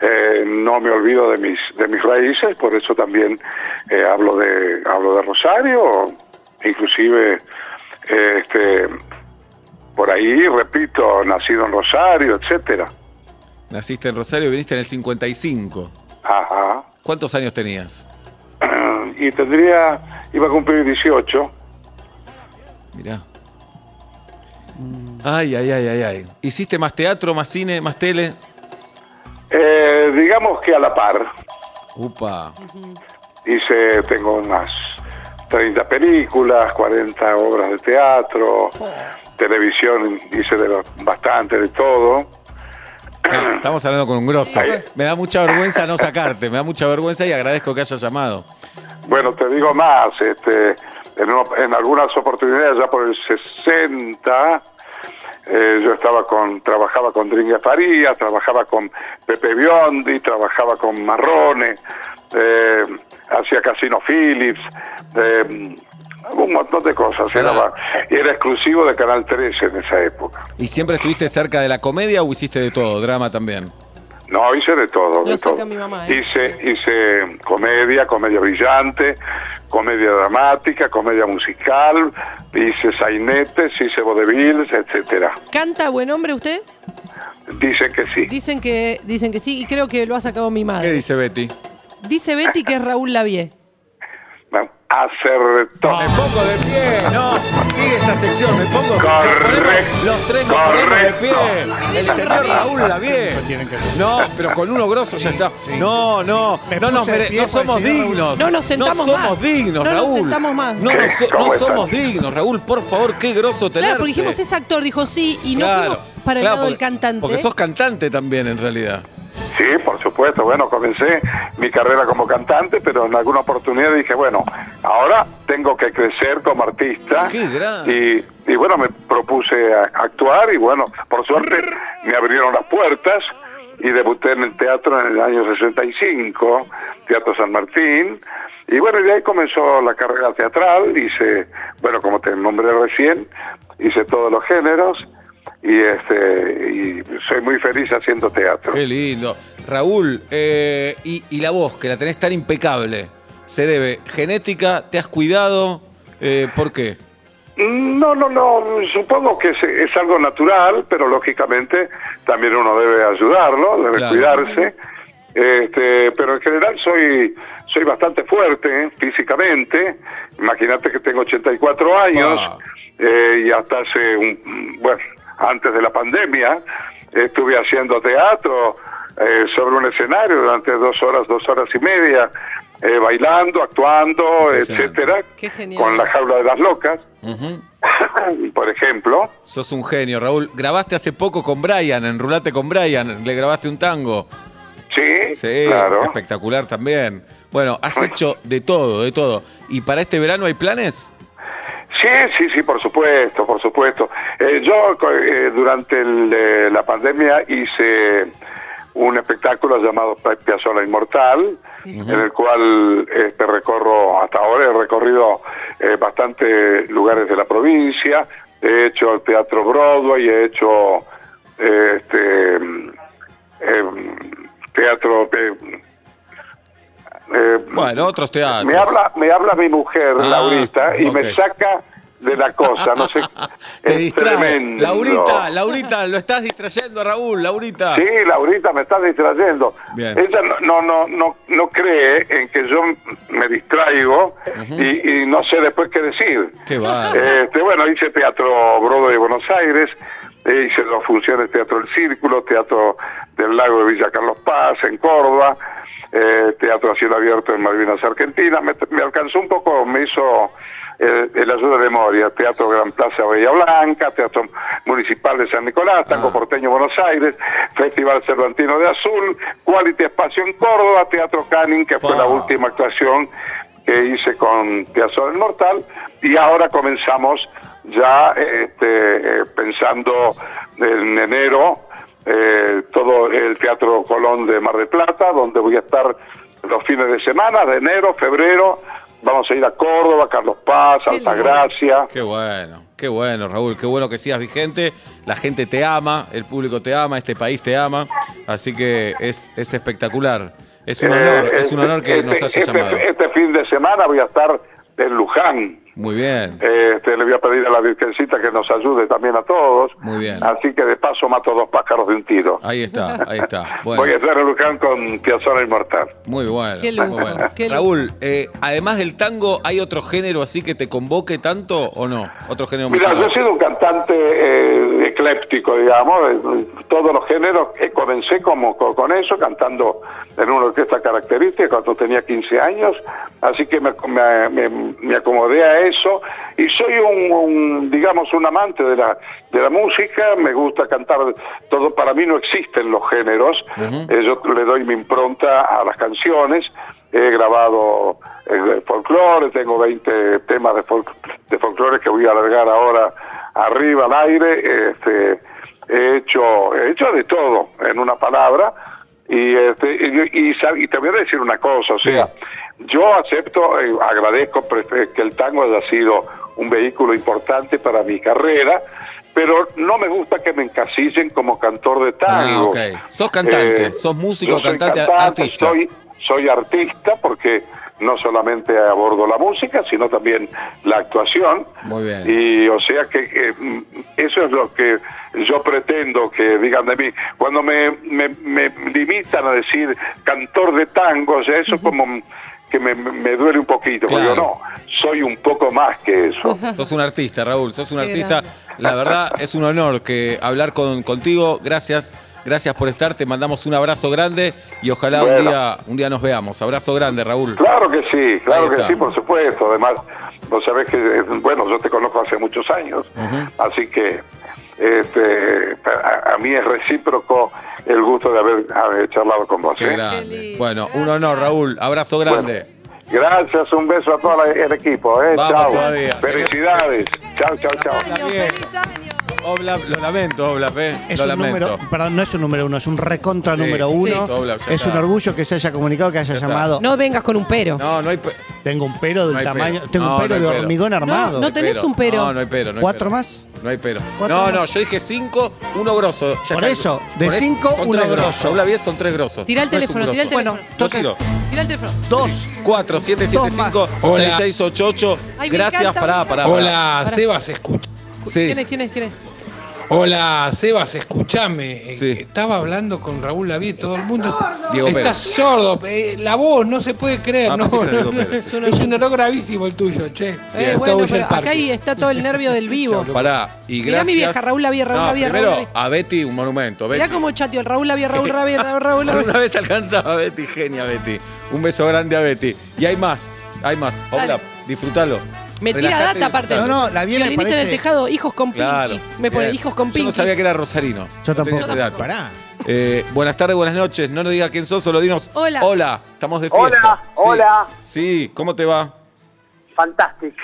Speaker 6: eh, no me olvido de mis, de mis raíces, por eso también eh, hablo, de, hablo de Rosario, inclusive eh, este, por ahí, repito, nacido en Rosario, etcétera.
Speaker 2: Naciste en Rosario y viniste en el 55.
Speaker 6: Ajá.
Speaker 2: ¿Cuántos años tenías?
Speaker 6: Y tendría, iba a cumplir 18.
Speaker 2: Mirá. Ay, ay, ay, ay, ay. ¿Hiciste más teatro, más cine, más tele?
Speaker 6: Eh, digamos que a la par.
Speaker 2: Upa.
Speaker 6: Hice, tengo unas 30 películas, 40 obras de teatro, televisión, hice de lo- bastante de todo.
Speaker 2: No, Estamos hablando con un grosso.
Speaker 6: Ahí.
Speaker 2: Me da mucha vergüenza no sacarte, me da mucha vergüenza y agradezco que hayas llamado.
Speaker 6: Bueno, te digo más, este, en, uno- en algunas oportunidades, ya por el 60, eh, yo estaba con, trabajaba con Dringa Farías, trabajaba con Pepe Biondi, trabajaba con Marrone, eh, hacía Casino Phillips, eh, un montón de cosas. Era,
Speaker 2: Pará.
Speaker 6: era exclusivo de Canal 13 en esa época.
Speaker 2: ¿Y siempre estuviste cerca de la comedia o hiciste de todo, drama también?
Speaker 6: No, hice de todo.
Speaker 3: Lo
Speaker 6: de
Speaker 3: saca
Speaker 6: todo.
Speaker 3: mi mamá, ¿eh?
Speaker 6: Hice, hice comedia, comedia brillante, comedia dramática, comedia musical, hice sainetes, hice vodevils, etcétera.
Speaker 3: ¿Canta buen hombre usted?
Speaker 6: Dicen que sí.
Speaker 3: Dicen que, dicen que sí y creo que lo ha sacado mi
Speaker 2: ¿Qué
Speaker 3: madre.
Speaker 2: dice Betty?
Speaker 3: Dice Betty que es Raúl Lavie.
Speaker 6: Bueno, Acertó.
Speaker 2: Me pongo de pie, no, sigue esta sección, me pongo
Speaker 6: Correcto.
Speaker 2: Los tres nos ponemos de pie.
Speaker 6: Correcto.
Speaker 2: El señor Raúl Lavie.
Speaker 4: tienen que-
Speaker 2: No, pero con uno grosso ya está.
Speaker 4: sí.
Speaker 2: No, no,
Speaker 4: Me
Speaker 2: no, nos
Speaker 4: puse de
Speaker 2: mere-
Speaker 4: pie
Speaker 2: no
Speaker 4: por el
Speaker 2: somos
Speaker 4: señor Raúl.
Speaker 2: dignos.
Speaker 3: No nos sentamos
Speaker 2: No somos
Speaker 3: más.
Speaker 2: dignos,
Speaker 3: No nos
Speaker 2: Raúl.
Speaker 3: sentamos más.
Speaker 2: No, nos so-
Speaker 6: ¿Cómo
Speaker 2: no
Speaker 6: estás?
Speaker 2: somos dignos, Raúl, por favor, qué grosso tenerte.
Speaker 3: Claro, porque dijimos es actor, dijo sí y no
Speaker 2: Claro,
Speaker 3: fuimos para el
Speaker 2: claro,
Speaker 3: lado del
Speaker 2: porque-
Speaker 3: cantante.
Speaker 2: Porque sos cantante también, en realidad.
Speaker 6: Sí, por supuesto. Bueno, comencé mi carrera como cantante, pero en alguna oportunidad dije, bueno, ahora tengo que crecer como artista.
Speaker 2: Qué grande.
Speaker 6: Y, y bueno, me propuse a actuar y bueno, por suerte me abrieron las puertas y debuté en el teatro en el año 65, Teatro San Martín. Y bueno, y de ahí comenzó la carrera teatral. Hice, bueno, como te nombré recién, hice todos los géneros y este y soy muy feliz haciendo teatro.
Speaker 2: Qué lindo. Raúl, eh, y, y la voz, que la tenés tan impecable, se debe genética, te has cuidado, eh, ¿por qué?
Speaker 6: No, no, no, supongo que es, es algo natural, pero lógicamente también uno debe ayudarlo, debe
Speaker 2: Claro.
Speaker 6: cuidarse. Este, pero en general soy soy bastante fuerte ¿eh? físicamente. Imagínate que tengo 84 años
Speaker 2: Pa.
Speaker 6: eh, y hasta hace un bueno, antes de la pandemia estuve haciendo teatro eh, sobre un escenario durante dos horas, dos horas y media, eh, bailando, actuando,
Speaker 2: Impresionante.
Speaker 6: etcétera,
Speaker 3: Qué genial.
Speaker 6: con la jaula de las locas.
Speaker 2: Ujú.
Speaker 6: por ejemplo.
Speaker 2: Sos un genio, Raúl. Grabaste hace poco con Brian, enrulate con Brian, le grabaste un tango.
Speaker 6: Sí,
Speaker 2: Sí,
Speaker 6: claro.
Speaker 2: espectacular también. Bueno, has hecho de todo, de todo. ¿Y para este verano hay planes?
Speaker 6: Sí, sí, sí, por supuesto, por supuesto. Eh, yo co- eh, durante el, eh, la pandemia hice un espectáculo llamado Pla- Piazzolla Inmortal, en el cual este, recorro, hasta ahora he recorrido eh, bastantes lugares de la provincia, he hecho el Teatro Broadway, he hecho eh, este eh, teatro... eh, eh,
Speaker 2: Bueno, otros teatros.
Speaker 6: me habla, me habla mi mujer,
Speaker 2: Ah,
Speaker 6: Laurita, y
Speaker 2: ok.
Speaker 6: me saca de la cosa, no sé.
Speaker 2: Te
Speaker 6: es
Speaker 2: distrae.
Speaker 6: tremendo.
Speaker 2: Laurita, Laurita, lo estás distrayendo a Raúl, Laurita.
Speaker 6: Sí, Laurita me está distrayendo.
Speaker 2: Bien.
Speaker 6: Ella no, no, no, no, no cree en que yo me distraigo y, y no sé después qué decir.
Speaker 2: Qué va.
Speaker 6: Este, bueno, hice Teatro Brodo de Buenos Aires, eh, hice dos funciones, Teatro El Círculo, Teatro del Lago de Villa Carlos Paz, en Córdoba, eh, Teatro a Cielo Abierto en Malvinas, Argentina. Me, me alcanzó un poco, me hizo eh, el ayuda de memoria, Teatro Gran Plaza Bahía Blanca, Teatro Municipal de San Nicolás, Tango Porteño Buenos Aires, Festival Cervantino de Azul, Quality Espacio en Córdoba, Teatro Canning, que fue
Speaker 2: Pa.
Speaker 6: la última actuación que hice con Piazzolla Inmortal y ahora comenzamos ya eh, este, eh, pensando en enero eh, todo el Teatro Colón de Mar del Plata, donde voy a estar los fines de semana, de enero, febrero, vamos a ir a Córdoba, Carlos Paz,
Speaker 3: Qué lindo.
Speaker 6: Altagracia.
Speaker 2: Qué bueno, qué bueno, Raúl. Qué bueno que sigas vigente. La gente te ama, el público te ama, este país te ama. Así que es, es espectacular. Es un honor,
Speaker 6: Eh,
Speaker 2: es un honor que
Speaker 6: este-
Speaker 2: nos hayas
Speaker 6: este-
Speaker 2: llamado.
Speaker 6: Este fin de semana voy a estar en Luján.
Speaker 2: Muy bien.
Speaker 6: Este, le voy a pedir a la Virgencita que nos ayude también a todos.
Speaker 2: Muy bien.
Speaker 6: Así que de paso mato dos pájaros de un tiro.
Speaker 2: Ahí está, Ah, ahí está.
Speaker 6: Voy a
Speaker 2: Bueno,
Speaker 6: estar en Luján con Piazzolla Inmortal.
Speaker 2: muy bueno.
Speaker 3: Qué
Speaker 2: muy
Speaker 3: lujo,
Speaker 2: bueno.
Speaker 3: qué lujo.
Speaker 2: Raúl, eh, además del tango, ¿hay otro género así que te convoque tanto o no? Otro género
Speaker 6: Mira, yo he
Speaker 2: musical.
Speaker 6: sido un cantante eh, ecléptico, digamos, de todos los géneros. Eh, comencé como, co- con, eso, cantando en una orquesta característica cuando tenía 15 años, así que me, me- me- me acomodé a eso y soy un, un, digamos, un amante de la, de la música, me gusta cantar todo, para mí no existen los géneros, Eh, yo le doy mi impronta a las canciones. He grabado eh, folclore, tengo 20 temas de, fol- de folclore que voy a alargar ahora arriba al aire. Este, he, hecho, he hecho de todo, en una palabra. Y, este, y, y sab- y te voy a decir una cosa, o
Speaker 2: Sí.
Speaker 6: sea, yo acepto, eh, agradezco pre- que el tango haya sido un vehículo importante para mi carrera, pero no me gusta que me encasillen como cantor de
Speaker 2: Ah,
Speaker 6: tango. Eh,
Speaker 2: ok. Sos cantante, sos músico,
Speaker 6: yo soy
Speaker 2: cantante, artista.
Speaker 6: Soy, soy artista porque no solamente abordo la música, sino también la actuación.
Speaker 2: Muy bien.
Speaker 6: Y o sea que eh, mm, eso es lo que yo pretendo que digan de mí. Cuando me, me, me limitan a decir cantor de tango, o sea, eso como mm, que me, me duele un poquito, porque
Speaker 2: Claro.
Speaker 6: yo no, soy un poco más que eso.
Speaker 2: Sos un artista, Raúl, sos un
Speaker 3: Qué
Speaker 2: artista.
Speaker 3: grande.
Speaker 2: La verdad es un honor que hablar con, contigo. Gracias, gracias por estar. Te mandamos un abrazo grande y ojalá un
Speaker 6: Bueno.
Speaker 2: día un día nos veamos. Abrazo grande, Raúl.
Speaker 6: Claro que sí,
Speaker 2: Ahí
Speaker 6: claro que
Speaker 2: está.
Speaker 6: sí, por supuesto. Además, vos sabés que, eh, bueno, yo te conozco hace muchos años, así que este, a, a mí es recíproco el gusto de haber, haber charlado con vos.
Speaker 2: Qué
Speaker 6: ¿eh?
Speaker 2: grande.
Speaker 3: lindo,
Speaker 2: Bueno, un honor, Raúl. Abrazo grande.
Speaker 6: Gracias, un beso a todo el equipo. ¿eh?
Speaker 2: Vamos
Speaker 6: Chau.
Speaker 2: todavía.
Speaker 6: Felicidades. Chao, chao, chao.
Speaker 3: Años,
Speaker 2: bien.
Speaker 3: feliz año.
Speaker 2: Oblap, lo lamento, Oblap, eh.
Speaker 4: Es
Speaker 2: lo
Speaker 4: un
Speaker 2: lamento.
Speaker 4: número, perdón, no es un número uno, es un recontra
Speaker 2: Sí,
Speaker 4: número
Speaker 2: sí.
Speaker 4: uno.
Speaker 2: Sí. Dobla, ya
Speaker 4: Es un
Speaker 2: está.
Speaker 4: orgullo que se haya comunicado, que haya
Speaker 2: está.
Speaker 4: llamado.
Speaker 3: No vengas con un pero.
Speaker 2: No, no hay. pe-
Speaker 4: Tengo un pero del
Speaker 2: No hay
Speaker 4: tamaño.
Speaker 2: pero.
Speaker 4: Tengo
Speaker 2: No,
Speaker 4: un pero
Speaker 2: no hay
Speaker 4: de
Speaker 2: pero.
Speaker 4: hormigón armado.
Speaker 3: no tenés un pero.
Speaker 2: No, no hay pero. no hay
Speaker 4: ¿Cuatro
Speaker 2: pero.
Speaker 4: más?
Speaker 2: No hay pero.
Speaker 4: ¿Cuatro
Speaker 2: No,
Speaker 4: más?
Speaker 2: no, yo dije cinco, uno grosso. Ya
Speaker 4: Por
Speaker 2: está.
Speaker 4: eso, de
Speaker 2: Por eso,
Speaker 4: cinco,
Speaker 2: son
Speaker 4: uno
Speaker 2: tres grosos.
Speaker 4: grosso.
Speaker 2: Raúl Avies son tres grosos.
Speaker 3: Tira el
Speaker 2: No es un
Speaker 3: teléfono, tira el
Speaker 2: grosso.
Speaker 3: teléfono.
Speaker 2: Lo
Speaker 4: Toca-
Speaker 2: tiro.
Speaker 3: Tira el teléfono.
Speaker 4: Dos.
Speaker 2: 4775
Speaker 7: Hola.
Speaker 2: 6688
Speaker 3: Ay, me
Speaker 2: Gracias,
Speaker 3: encanta.
Speaker 2: pará, pará. pará.
Speaker 7: Hola,
Speaker 3: Pará.
Speaker 7: Sebas, escucha.
Speaker 2: Sí.
Speaker 3: ¿Quién es? ¿Quién es? ¿Quién es?
Speaker 7: Hola, Sebas, escúchame. Eh,
Speaker 2: Sí.
Speaker 7: Estaba hablando con Raúl Lavie, todo el mundo.
Speaker 2: Diego
Speaker 7: está
Speaker 2: Pérez.
Speaker 7: sordo. eh, la voz no se puede creer.
Speaker 2: Ah,
Speaker 7: no,
Speaker 2: pensé que era
Speaker 7: no,
Speaker 2: Diego Pérez,
Speaker 7: no.
Speaker 2: sí.
Speaker 7: Es un error gravísimo el tuyo, che.
Speaker 3: Eh,
Speaker 7: Está
Speaker 3: bueno,
Speaker 7: Villa
Speaker 3: pero
Speaker 7: del Parque.
Speaker 3: acá ahí está todo el nervio del vivo.
Speaker 2: Pará, y
Speaker 3: Mirá
Speaker 2: gracias.
Speaker 3: a mi vieja, Raúl Lavie, Raúl
Speaker 2: No,
Speaker 3: Lavie, Raúl
Speaker 2: Primero,
Speaker 3: Lavie.
Speaker 2: a Betty un monumento. Betty.
Speaker 3: Mirá cómo chateó el Raúl Lavie, Raúl Lavie, Raúl Raúl
Speaker 2: Alguna
Speaker 3: Lavie.
Speaker 2: vez alcanzaba a Betty, genia Betty. Un beso grande a Betty. Y hay más, hay más.
Speaker 3: Dale.
Speaker 2: Hola, disfrútalo.
Speaker 3: Me tira
Speaker 2: Relajate y
Speaker 3: data aparte.
Speaker 2: disfrutalo.
Speaker 4: No, no, la vie me
Speaker 3: Violinista
Speaker 4: parece-
Speaker 3: del tejado, hijos con
Speaker 2: Claro.
Speaker 3: Pinky. Me pone
Speaker 2: bien.
Speaker 3: hijos con
Speaker 2: Yo
Speaker 3: Pinky.
Speaker 2: no sabía que era Rosarino.
Speaker 4: Yo
Speaker 2: No tenía
Speaker 4: tampoco.
Speaker 2: ese dato.
Speaker 7: Pará.
Speaker 2: Eh, buenas tardes, buenas noches. No nos diga quién sos, solo dinos.
Speaker 3: Hola.
Speaker 2: Hola, estamos de fiesta.
Speaker 8: Hola,
Speaker 2: Sí.
Speaker 8: hola.
Speaker 2: Sí, ¿cómo te va?
Speaker 8: Fantastic.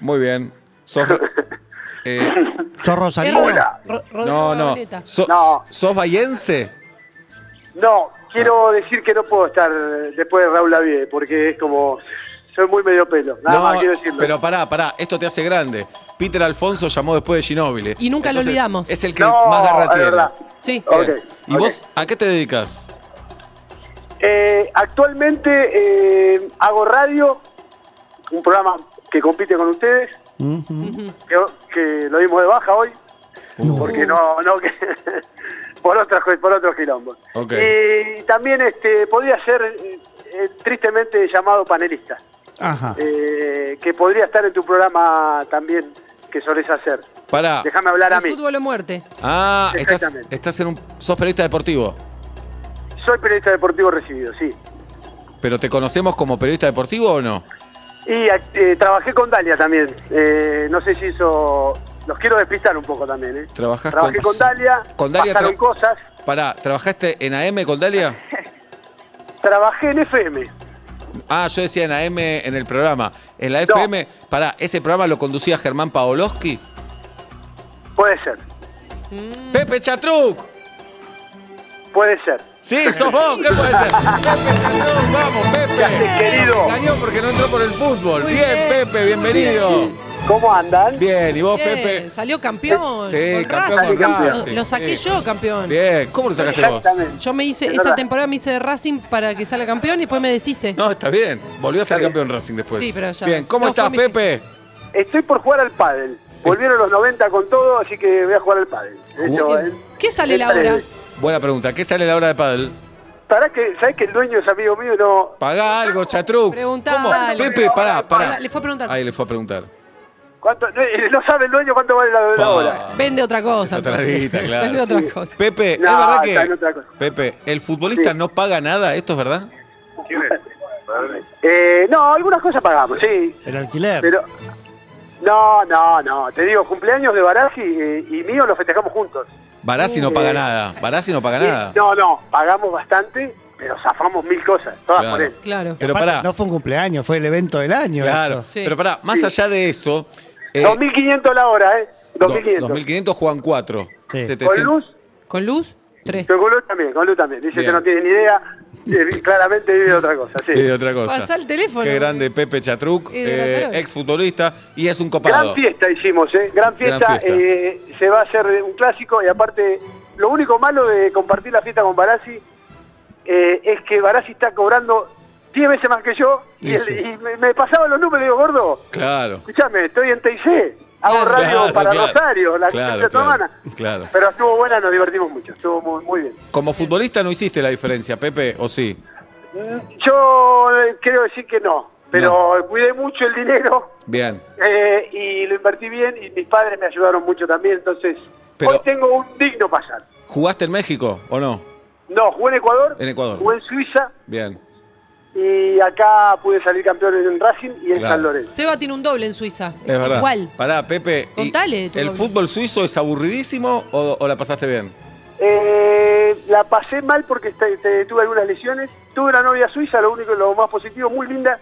Speaker 2: Muy bien. Sos. eh,
Speaker 4: ¿Sos
Speaker 3: Es
Speaker 4: Rosalina?
Speaker 3: Ro-
Speaker 8: Hola.
Speaker 3: Ro-
Speaker 2: no,
Speaker 3: Rodrigo
Speaker 2: no.
Speaker 3: Barbareta.
Speaker 2: So-
Speaker 8: No.
Speaker 2: ¿Sos bahiense? Ah.
Speaker 8: No, quiero decir que no puedo estar después de Raúl Lavie, porque es como soy muy medio pelo. Nada más quiero decirlo.
Speaker 2: pero pará, pará, esto te hace grande. Peter Alfonso llamó después de Ginóbili.
Speaker 3: Y nunca lo olvidamos.
Speaker 2: Es el que
Speaker 8: No,
Speaker 2: más garra
Speaker 8: es
Speaker 2: tiene.
Speaker 8: verdad.
Speaker 3: Sí.
Speaker 8: Ok,
Speaker 2: Bien. ¿Y
Speaker 8: ok.
Speaker 2: vos a qué te dedicas?
Speaker 8: Eh, actualmente eh, hago radio, un programa que compite con ustedes, que, que lo dimos de baja hoy, porque no, no que- por otras co- por otros quilombos.
Speaker 2: Ok.
Speaker 8: Y también este podría ser eh, eh, tristemente llamado panelista,
Speaker 4: Ajá.
Speaker 8: eh, que podría estar en tu programa también que solés hacer.
Speaker 2: Pará.
Speaker 8: Déjame hablar a
Speaker 3: El
Speaker 8: mí.
Speaker 3: fútbol o muerte.
Speaker 2: Ah, estás,
Speaker 8: Exactamente.
Speaker 2: estás en un. sos periodista deportivo.
Speaker 8: Soy periodista deportivo recibido, sí.
Speaker 2: ¿Pero te conocemos como periodista deportivo o no?
Speaker 8: Y eh, trabajé con Dalia también. Eh, no sé si hizo. Los quiero despistar un poco también, ¿eh?
Speaker 2: Trabajás
Speaker 8: Trabajé
Speaker 2: con-
Speaker 8: con, Dalia.
Speaker 2: con Dalia
Speaker 8: Pasaron
Speaker 2: tra-
Speaker 8: cosas.
Speaker 2: Pará, ¿trabajaste en AM con Dalia?
Speaker 8: Trabajé en FM.
Speaker 2: Ah, yo decía en AM en el programa. En la FM, pará, ¿ese programa lo conducía Germán Paoloski?
Speaker 8: Puede ser.
Speaker 2: Mm. ¡Pepe Chatruc!
Speaker 8: Puede ser.
Speaker 2: Sí, sos vos, ¿qué puede ser? Pepe Chatruc, vamos, Pepe.
Speaker 8: Querido.
Speaker 2: Se engañó porque no entró por el fútbol.
Speaker 3: Muy
Speaker 2: bien,
Speaker 3: bien,
Speaker 2: Pepe, bienvenido.
Speaker 8: ¿Cómo andan?
Speaker 2: Bien, ¿y vos,
Speaker 3: Bien,
Speaker 2: Pepe?
Speaker 3: Salió campeón.
Speaker 2: Sí,
Speaker 3: con
Speaker 2: campeón
Speaker 3: Racing.
Speaker 2: con Racing.
Speaker 3: Lo, lo saqué
Speaker 2: Sí.
Speaker 3: yo, campeón.
Speaker 2: Bien, ¿cómo lo sacaste vos?
Speaker 8: Exactamente.
Speaker 3: Yo me hice,
Speaker 8: Es
Speaker 3: esa
Speaker 8: verdad.
Speaker 3: temporada me hice de Racing para que salga campeón y después me deshice.
Speaker 2: No, está bien. Volvió a ser campeón Racing después.
Speaker 3: Sí, pero ya.
Speaker 2: Bien, ¿cómo
Speaker 3: No,
Speaker 2: estás,
Speaker 3: fue mi-
Speaker 2: Pepe?
Speaker 8: Estoy por jugar al pádel. Volvieron los 90 con todo, así que voy a jugar al pádel. De hecho,
Speaker 3: Bien.
Speaker 8: eh,
Speaker 3: ¿Qué sale
Speaker 8: es
Speaker 3: la hora?
Speaker 8: breve.
Speaker 2: Buena pregunta. ¿Qué sale la hora de pádel?
Speaker 8: Pará que, ¿sabés que el dueño es amigo mío? y No,
Speaker 2: Pagá algo, Chatruc. ¿Cómo?
Speaker 3: Preguntale.
Speaker 2: Pepe, pará, pará.
Speaker 3: Le fue a preguntar.
Speaker 2: Ahí le fue a preguntar.
Speaker 8: ¿cuánto, no, eh, no sabe el dueño cuánto vale la, la hora.
Speaker 2: Pa.
Speaker 3: Vende otra cosa.
Speaker 2: Otra guita, claro.
Speaker 3: Vende otra cosa.
Speaker 2: Pepe,
Speaker 8: No,
Speaker 2: es verdad
Speaker 8: está en otra
Speaker 2: que.
Speaker 8: cosa.
Speaker 2: Pepe, el futbolista no paga nada, ¿esto es verdad?
Speaker 8: Eh, no, algunas cosas pagamos, sí.
Speaker 4: El alquiler.
Speaker 8: Pero. No, no, no. Te digo, cumpleaños de Baragi eh, y mío lo festejamos juntos.
Speaker 2: Barassi
Speaker 8: eh,
Speaker 2: no paga nada. Barassi no paga nada.
Speaker 8: No, no. Pagamos bastante, pero zafamos mil cosas. Todas
Speaker 2: Claro.
Speaker 8: por él.
Speaker 3: Claro.
Speaker 2: Pero
Speaker 4: Aparte,
Speaker 2: pará,
Speaker 4: No fue un cumpleaños, fue el evento del año.
Speaker 2: claro.
Speaker 4: esto.
Speaker 3: Sí.
Speaker 2: Pero pará, más allá de eso. eh,
Speaker 8: 2.500 la hora, ¿eh?
Speaker 2: do-
Speaker 8: 2.500.
Speaker 2: 2500 Juan 4.
Speaker 4: Sí.
Speaker 8: Con luz,
Speaker 3: ¿Con luz? Tres.
Speaker 8: pero con luz también, con luz también. Dice
Speaker 2: Bien.
Speaker 8: que no tiene ni idea. eh, claramente vive de otra cosa, sí.
Speaker 2: Y otra cosa.
Speaker 3: Pasá el teléfono.
Speaker 2: Qué grande Pepe Chatruc,
Speaker 3: Y de la
Speaker 2: eh,
Speaker 3: tarde.
Speaker 2: ex futbolista y es un
Speaker 8: Gran
Speaker 2: copado.
Speaker 8: fiesta hicimos, ¿eh? Gran fiesta.
Speaker 2: fiesta.
Speaker 8: eh, se va a hacer un clásico y aparte, lo único malo de compartir la fiesta con Barassi eh, es que Barassi está cobrando 10 veces más que yo y,
Speaker 4: Y
Speaker 8: el-
Speaker 4: sí.
Speaker 8: y me, me pasaban los números y digo, gordo,
Speaker 2: Claro.
Speaker 8: escúchame, estoy en TIC, hago
Speaker 3: Claro.
Speaker 8: radio
Speaker 2: Claro,
Speaker 8: para
Speaker 2: claro.
Speaker 8: Rosario, la
Speaker 2: Claro,
Speaker 8: gente
Speaker 2: claro,
Speaker 8: romana".
Speaker 2: claro.
Speaker 8: Pero estuvo buena, nos divertimos mucho, estuvo muy, muy bien.
Speaker 2: Como futbolista no hiciste la diferencia, Pepe, ¿o sí?
Speaker 8: Mm, Yo eh, quiero decir que no, pero cuidé mucho el dinero.
Speaker 2: Bien.
Speaker 8: Eh, y lo invertí bien y mis padres me ayudaron mucho también, entonces
Speaker 2: Pero-
Speaker 8: hoy tengo un digno pasar.
Speaker 2: ¿Jugaste en México o no?
Speaker 8: No, jugué en Ecuador,
Speaker 2: En Ecuador.
Speaker 8: jugué en Suiza
Speaker 2: Bien.
Speaker 8: y acá pude salir campeón en Racing y en
Speaker 2: Claro.
Speaker 8: San Lorenzo.
Speaker 3: Seba tiene un doble en Suiza.
Speaker 2: Es, verdad.
Speaker 3: igual.
Speaker 2: Pará, Pepe. y-
Speaker 3: Contale tu
Speaker 2: ¿El
Speaker 3: doble.
Speaker 2: fútbol suizo es aburridísimo o, o la pasaste bien?
Speaker 8: Eh, la pasé mal porque este- este, tuve algunas lesiones, tuve una novia suiza, lo único lo más positivo, muy linda,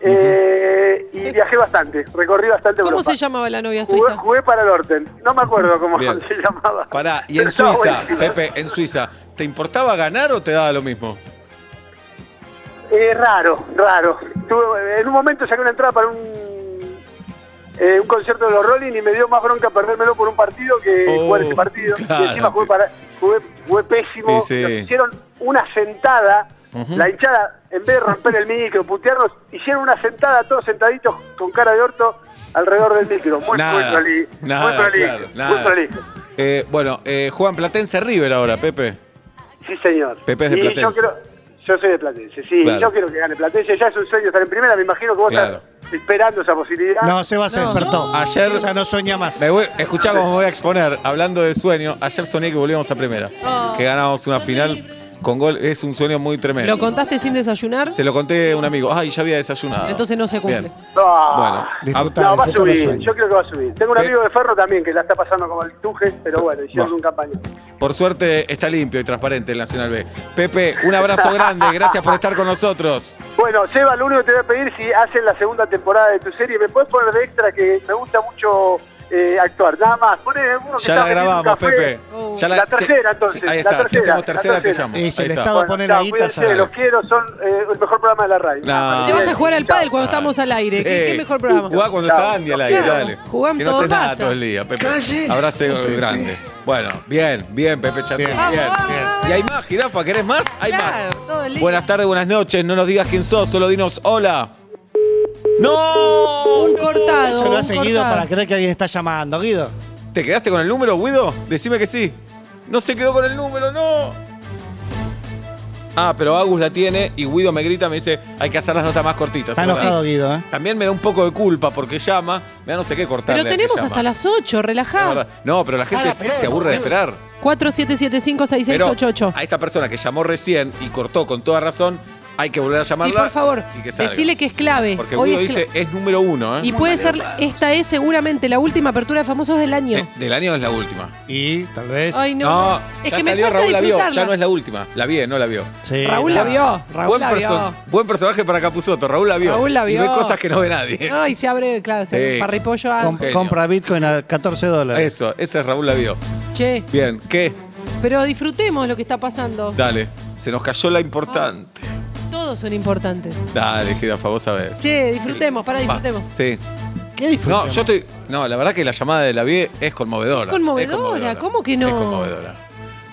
Speaker 8: eh, y viajé bastante, recorrí bastante
Speaker 3: ¿Cómo
Speaker 8: Europa.
Speaker 3: se llamaba la novia
Speaker 8: Jugué,
Speaker 3: suiza?
Speaker 8: jugué para el Orten, no me acuerdo cómo
Speaker 2: Bien.
Speaker 8: se llamaba.
Speaker 2: Pará, y
Speaker 8: Pero
Speaker 2: en
Speaker 8: estaba
Speaker 2: Suiza,
Speaker 8: buenísimo.
Speaker 2: Pepe, en Suiza, ¿te importaba ganar o te daba lo mismo?
Speaker 8: Eh, raro, raro. Tuve- en un momento saqué una entrada para un, eh, un concierto de los Rolling y me dio más bronca perdérmelo por un partido que
Speaker 2: Oh,
Speaker 8: jugar ese partido.
Speaker 2: claro.
Speaker 8: y encima jugué, para, jugué- jugué pésimo.
Speaker 2: Sí, sí.
Speaker 8: Nos hicieron una sentada.
Speaker 2: Ujú.
Speaker 8: La hinchada, en vez de romper el micro, putearnos, hicieron una sentada, todos sentaditos con cara de orto alrededor del micro. Muy,
Speaker 2: Nada,
Speaker 8: muy prolijo.
Speaker 2: nada,
Speaker 8: muy prolijo.
Speaker 2: claro,
Speaker 8: muy
Speaker 2: nada.
Speaker 8: prolijo.
Speaker 2: Eh, bueno, eh, juegan Platense River ahora, Pepe.
Speaker 8: Sí, señor.
Speaker 2: Pepe es de
Speaker 8: Y Yo,
Speaker 2: Platense.
Speaker 8: quiero- yo soy de Platense, sí.
Speaker 2: Claro.
Speaker 8: Yo quiero que gane Platense. Ya es un sueño estar en primera. Me imagino que vos
Speaker 2: Claro.
Speaker 8: estás esperando esa posibilidad.
Speaker 4: No, Seba se
Speaker 3: No.
Speaker 4: despertó.
Speaker 2: Ayer-
Speaker 4: Ya no sueña más.
Speaker 2: Me voy, escuchá cómo me voy a exponer. Hablando de sueño, ayer soñé que volvíamos a primera.
Speaker 3: Oh.
Speaker 2: Que ganábamos una final con gol. Es un sueño muy tremendo.
Speaker 3: ¿Lo contaste sin desayunar?
Speaker 2: Se lo conté a un amigo. Ay, ya había desayunado.
Speaker 3: Entonces no se cumple.
Speaker 2: Bien. Bueno,
Speaker 8: Ah.
Speaker 4: Disfrutá,
Speaker 8: No, va
Speaker 4: disfrutá
Speaker 8: a
Speaker 4: los
Speaker 8: subir.
Speaker 4: sueños.
Speaker 8: Yo creo que va a subir. Tengo un
Speaker 2: Pe-
Speaker 8: amigo de Ferro también que la está pasando como el Tujes, pero bueno, hicieron
Speaker 2: Bueno.
Speaker 8: un campaña.
Speaker 2: por suerte está limpio y transparente el Nacional B. Pepe, un abrazo grande. Gracias por estar con nosotros.
Speaker 8: Bueno, Seba, lo único que te voy a pedir si hacen la segunda temporada de tu serie, me puedes poner de extra que me gusta mucho eh, actuar. Nada más. Poné uno que
Speaker 2: Ya
Speaker 8: está
Speaker 2: la
Speaker 8: vendiendo un
Speaker 2: grabamos,
Speaker 8: café.
Speaker 2: Pepe.
Speaker 3: Oh.
Speaker 2: Ya
Speaker 8: La
Speaker 2: se-
Speaker 8: tercera, entonces,
Speaker 2: Ahí
Speaker 8: la
Speaker 2: está, si
Speaker 8: tercera,
Speaker 2: hacemos
Speaker 8: la
Speaker 2: tercera, te
Speaker 8: tercera.
Speaker 2: llamo.
Speaker 4: Y si
Speaker 2: Ahí
Speaker 4: el
Speaker 2: está.
Speaker 4: Estado pone la
Speaker 8: chao,
Speaker 4: guita,
Speaker 8: cuídense,
Speaker 4: ya.
Speaker 8: los quiero, son eh, el mejor programa de la radio.
Speaker 2: No.
Speaker 3: Te vas a jugar al
Speaker 8: Chao.
Speaker 3: pádel cuando estamos al aire. ¿Qué, qué
Speaker 2: Sí.
Speaker 3: mejor programa?
Speaker 2: Eh, Jugá cuando está Andy al aire,
Speaker 3: Claro,
Speaker 2: dale.
Speaker 3: jugá en
Speaker 2: si no
Speaker 3: todo
Speaker 2: haces nada
Speaker 3: pasa.
Speaker 2: todo el día, Pepe. Abrazo grande. Bueno, bien, bien, Pepe Chatón. Bien,
Speaker 4: Bien.
Speaker 3: Vamos,
Speaker 2: bien.
Speaker 3: vamos.
Speaker 2: Y hay más, jirafa, ¿querés más? Hay
Speaker 3: Claro, todo el
Speaker 2: más.
Speaker 3: día.
Speaker 2: Buenas tardes, buenas noches. No nos digas quién sos, solo dinos hola. ¡No!
Speaker 3: Un
Speaker 2: no.
Speaker 3: cortado.
Speaker 4: Eso lo
Speaker 3: un
Speaker 4: hace Guido
Speaker 3: cortado.
Speaker 4: para creer que alguien está llamando. Guido.
Speaker 2: ¿Te quedaste con el número, Guido? Decime que sí. No se quedó con el número, no. Ah, pero Agus la tiene y Guido me grita, me dice, hay que hacer las notas más cortitas.
Speaker 4: Está
Speaker 2: es verdad.
Speaker 4: enojado Guido, ¿eh?
Speaker 2: También me da un poco de culpa porque llama, me da no sé qué cortarle.
Speaker 3: Pero tenemos hasta las 8,
Speaker 2: Es
Speaker 3: relajá.
Speaker 2: verdad. No, pero la gente se- se aburre de esperar. Pero
Speaker 3: 47756688.
Speaker 2: a esta persona que llamó recién y cortó con toda razón, hay que volver a
Speaker 3: Sí,
Speaker 2: llamarla.
Speaker 3: por favor,
Speaker 2: y que salga.
Speaker 3: decile que es clave.
Speaker 2: Porque
Speaker 3: Hoy
Speaker 2: Guido
Speaker 3: es cla-
Speaker 2: dice, es número uno, ¿eh?
Speaker 3: Y puede ser, esta es seguramente la última apertura de famosos del año.
Speaker 2: Eh, Del año es la última.
Speaker 4: Y tal vez.
Speaker 3: Ay, no.
Speaker 2: No,
Speaker 3: es
Speaker 2: ya
Speaker 3: que me
Speaker 2: salió,
Speaker 3: cuesta
Speaker 2: Raúl la vio, ya
Speaker 3: disfrutarla.
Speaker 2: no es la última. La vi, eh, no la vio.
Speaker 4: Sí,
Speaker 3: Raúl la
Speaker 4: nada.
Speaker 3: vio. Raúl
Speaker 2: buen,
Speaker 3: la vio.
Speaker 2: perso- buen personaje para Capuzoto, Raúl la vio.
Speaker 3: Raúl la
Speaker 2: Y ve
Speaker 3: vio.
Speaker 2: cosas que no ve nadie.
Speaker 3: Ay, se abre, claro, se abre
Speaker 2: Sí.
Speaker 3: un parripollo. ah,
Speaker 4: Com-
Speaker 2: Genio.
Speaker 4: compra Bitcoin a 14 dólares.
Speaker 2: Eso, ese es Raúl la vio.
Speaker 3: Che,
Speaker 2: Bien, ¿qué?
Speaker 3: pero disfrutemos lo que está pasando.
Speaker 2: Dale, se nos cayó la importante.
Speaker 3: Todos son importantes.
Speaker 2: Dale, jirafa, vos sabés.
Speaker 3: Che, disfrutemos, pará,
Speaker 2: Va,
Speaker 3: Ah. disfrutemos.
Speaker 2: Sí.
Speaker 4: ¿Qué disfruta?
Speaker 2: No, yo estoy. No, la verdad que la llamada de la vie es conmovedora.
Speaker 3: Es conmovedora, ¿cómo que no?
Speaker 2: Es conmovedora.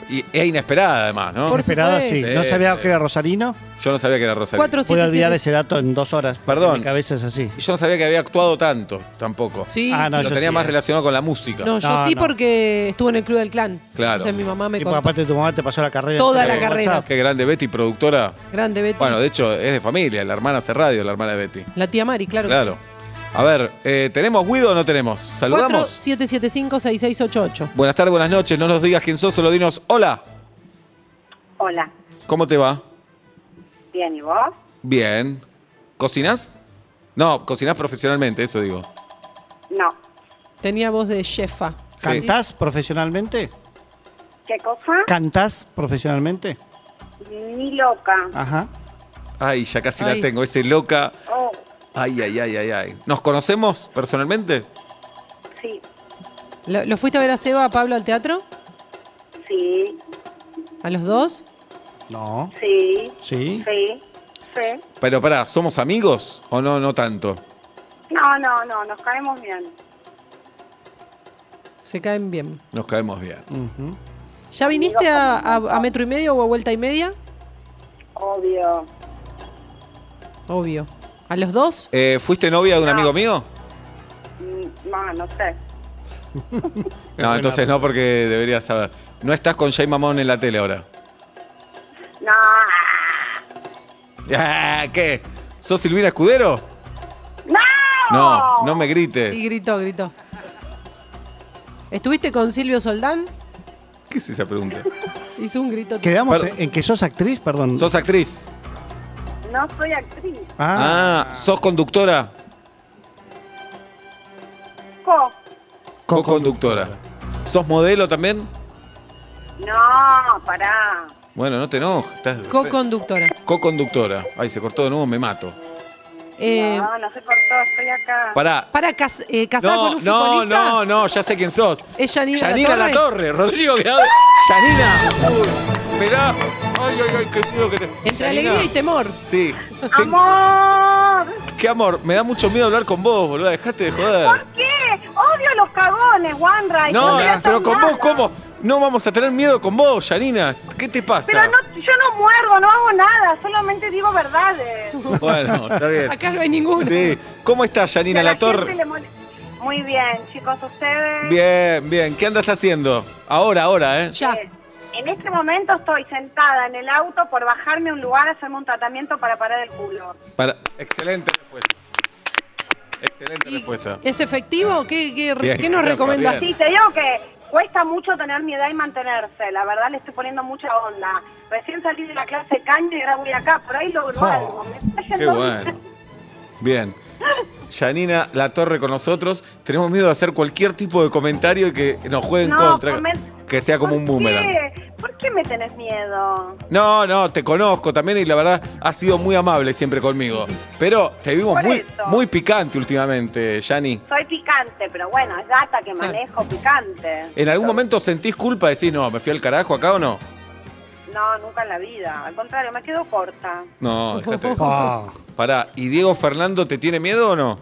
Speaker 2: Y es inesperada además, ¿no?
Speaker 3: Por
Speaker 4: Inesperada, sí.
Speaker 3: supuesto.
Speaker 4: No
Speaker 2: Sí,
Speaker 4: sabía
Speaker 2: sí.
Speaker 4: que era Rosarino.
Speaker 2: Yo no sabía que era Rosario.
Speaker 4: Voy
Speaker 3: Cuatro,
Speaker 4: a
Speaker 3: siete,
Speaker 4: olvidar
Speaker 3: siete.
Speaker 4: ese dato en dos horas.
Speaker 2: Perdón.
Speaker 4: Mi cabeza es así.
Speaker 2: Y yo no sabía que había actuado tanto, tampoco.
Speaker 3: Sí,
Speaker 4: Ah,
Speaker 3: sí.
Speaker 4: no,
Speaker 2: Lo
Speaker 4: yo
Speaker 2: tenía
Speaker 4: sí,
Speaker 2: más
Speaker 4: eh.
Speaker 2: relacionado con la música.
Speaker 3: No, yo
Speaker 4: No,
Speaker 3: sí
Speaker 4: no.
Speaker 3: porque estuvo en el Club del Clan.
Speaker 2: Claro.
Speaker 3: Entonces mi mamá me
Speaker 4: Y
Speaker 3: contó.
Speaker 4: aparte tu mamá te pasó la carrera.
Speaker 3: Toda
Speaker 4: entera
Speaker 3: la
Speaker 4: por
Speaker 3: carrera.
Speaker 4: Eh, WhatsApp.
Speaker 2: Qué grande Betty, productora.
Speaker 3: Grande Betty.
Speaker 2: Bueno, de hecho, es de familia. La hermana hace radio, la hermana de Betty.
Speaker 3: la tía Mari, claro.
Speaker 2: Claro. A ver, eh, ¿tenemos Guido o no tenemos? ¿Saludamos?
Speaker 3: 4775-6688.
Speaker 2: Buenas tardes, buenas noches. No nos digas quién sos, solo dinos hola.
Speaker 9: Hola,
Speaker 2: ¿Cómo te va?
Speaker 9: bien, ¿y vos?
Speaker 2: Bien. ¿Cocinas? No, cocinas profesionalmente, eso digo.
Speaker 9: No,
Speaker 3: Tenía voz de chefa.
Speaker 2: Sí.
Speaker 4: ¿Cantás profesionalmente?
Speaker 9: ¿qué cosa?
Speaker 4: ¿Cantás profesionalmente?
Speaker 9: Ni loca.
Speaker 4: Ajá.
Speaker 2: Ay, ya casi
Speaker 3: Ay.
Speaker 2: la tengo, ese loca.
Speaker 9: Oh,
Speaker 2: Ay, ay, ay, ay, ay. ¿Nos conocemos personalmente?
Speaker 9: sí,
Speaker 3: ¿Lo, lo fuiste a ver a Seba, a Pablo al teatro?
Speaker 9: sí,
Speaker 3: ¿A los dos?
Speaker 4: No.
Speaker 9: sí,
Speaker 4: Sí.
Speaker 9: sí, sí.
Speaker 2: Pero pará, ¿somos amigos o no, no tanto?
Speaker 9: No, no, no, nos caemos bien.
Speaker 3: Se caen bien.
Speaker 2: Nos caemos bien.
Speaker 4: Ujú.
Speaker 3: ¿Ya viniste a, a- a metro y medio o a vuelta y media?
Speaker 9: Obvio.
Speaker 3: Obvio. ¿A los dos?
Speaker 2: Eh, ¿Fuiste novia de un amigo mío?
Speaker 9: Mm, No, no sé.
Speaker 2: No,
Speaker 4: buena
Speaker 2: entonces no, porque deberías saber. No estás con Jay Mamón en la tele ahora.
Speaker 9: No,
Speaker 2: Ah, ¿Qué? ¿Sos Silvina Escudero?
Speaker 9: no.
Speaker 2: No, no me
Speaker 3: Y
Speaker 2: grites.
Speaker 3: gritó, gritó. ¿Estuviste con Silvio Soldán?
Speaker 2: ¿Qué es esa pregunta?
Speaker 3: Hizo un grito.
Speaker 4: Quedamos
Speaker 2: Perdón.
Speaker 4: en que sos actriz, perdón.
Speaker 2: ¿Sos actriz?
Speaker 9: No soy actriz.
Speaker 4: Ah,
Speaker 2: Ah, ¿sos conductora?
Speaker 9: Co.
Speaker 2: Co-conductora. ¿Sos modelo también?
Speaker 9: No, pará.
Speaker 2: Bueno, no te enojes. estás re-
Speaker 3: Co-conductora.
Speaker 2: Co-conductora. Ay, se cortó de nuevo, me mato.
Speaker 3: Eh,
Speaker 9: No, no se cortó, estoy acá.
Speaker 2: Pará.
Speaker 3: para cas- eh, casar
Speaker 2: No,
Speaker 3: con un
Speaker 2: no,
Speaker 3: futbolista.
Speaker 2: no, no, ya sé quién sos.
Speaker 3: ¿Es Yanina La
Speaker 2: Yanina La
Speaker 3: Torre?
Speaker 2: Torre, Rodrigo Grado. Yanina. Uy, Mirá. Ay, ay, ay, qué miedo que te.
Speaker 3: Entre
Speaker 2: Yanina.
Speaker 3: alegría y temor.
Speaker 2: Sí. Te-
Speaker 9: ¡Amor!
Speaker 2: Qué amor, me da mucho miedo hablar con vos, boludo. Dejate de joder.
Speaker 9: ¿Por qué? Odio los cagones, Wanra. y
Speaker 2: No,
Speaker 9: no
Speaker 2: pero
Speaker 9: son
Speaker 2: con
Speaker 9: nada.
Speaker 2: vos, ¿cómo? No vamos a tener miedo con vos, Yanina. ¿Qué te
Speaker 9: Pero
Speaker 2: pasa?
Speaker 9: no, yo no muerdo, no hago nada, solamente digo verdades.
Speaker 2: Bueno, está bien.
Speaker 3: Acá no hay ninguno.
Speaker 2: Sí. ¿Cómo estás,
Speaker 9: Que
Speaker 2: Yanina
Speaker 9: a la
Speaker 2: La Torre?
Speaker 9: gente le mole- Muy bien, chicos, ustedes.
Speaker 2: Bien, bien. ¿Qué andas haciendo? Ahora, ahora, ¿eh?
Speaker 3: Ya.
Speaker 9: Eh, En este momento estoy sentada en el auto por bajarme a un lugar a hacerme un tratamiento para parar el culo.
Speaker 2: Para... Excelente respuesta. Excelente
Speaker 3: ¿Y
Speaker 2: respuesta.
Speaker 3: ¿Es efectivo? ¿Qué, qué-
Speaker 2: Bien,
Speaker 3: qué nos
Speaker 2: Rafa,
Speaker 3: recomendás?
Speaker 2: bien.
Speaker 9: Sí, te digo que cuesta mucho tener mi edad y mantenerse. La verdad, le estoy poniendo mucha onda. Recién salí de la clase caña y ahora voy acá, por ahí logro
Speaker 4: Oh,
Speaker 9: algo. Me está
Speaker 2: Qué
Speaker 9: yendo
Speaker 2: bueno. Bien. Yanina La Torre con nosotros. Tenemos miedo de hacer cualquier tipo de comentario y que nos juegue en
Speaker 9: No,
Speaker 2: contra.
Speaker 9: comen-
Speaker 2: Que sea como
Speaker 9: ¿Por
Speaker 2: un boomerang.
Speaker 9: qué? ¿Por qué me tenés miedo?
Speaker 2: No, no, te conozco también y la verdad has sido muy amable siempre conmigo. Pero te vimos
Speaker 9: Por
Speaker 2: muy,
Speaker 9: eso.
Speaker 2: muy picante últimamente, Yani.
Speaker 9: Soy picante, pero bueno, es data que manejo picante.
Speaker 2: ¿En algún momento sentís culpa de decir, no, me fui al carajo acá o no?
Speaker 9: No, nunca en la vida. Al contrario, me quedo corta.
Speaker 2: No, déjate.
Speaker 4: Ah,
Speaker 2: Pará, ¿y Diego Fernando te tiene miedo o no?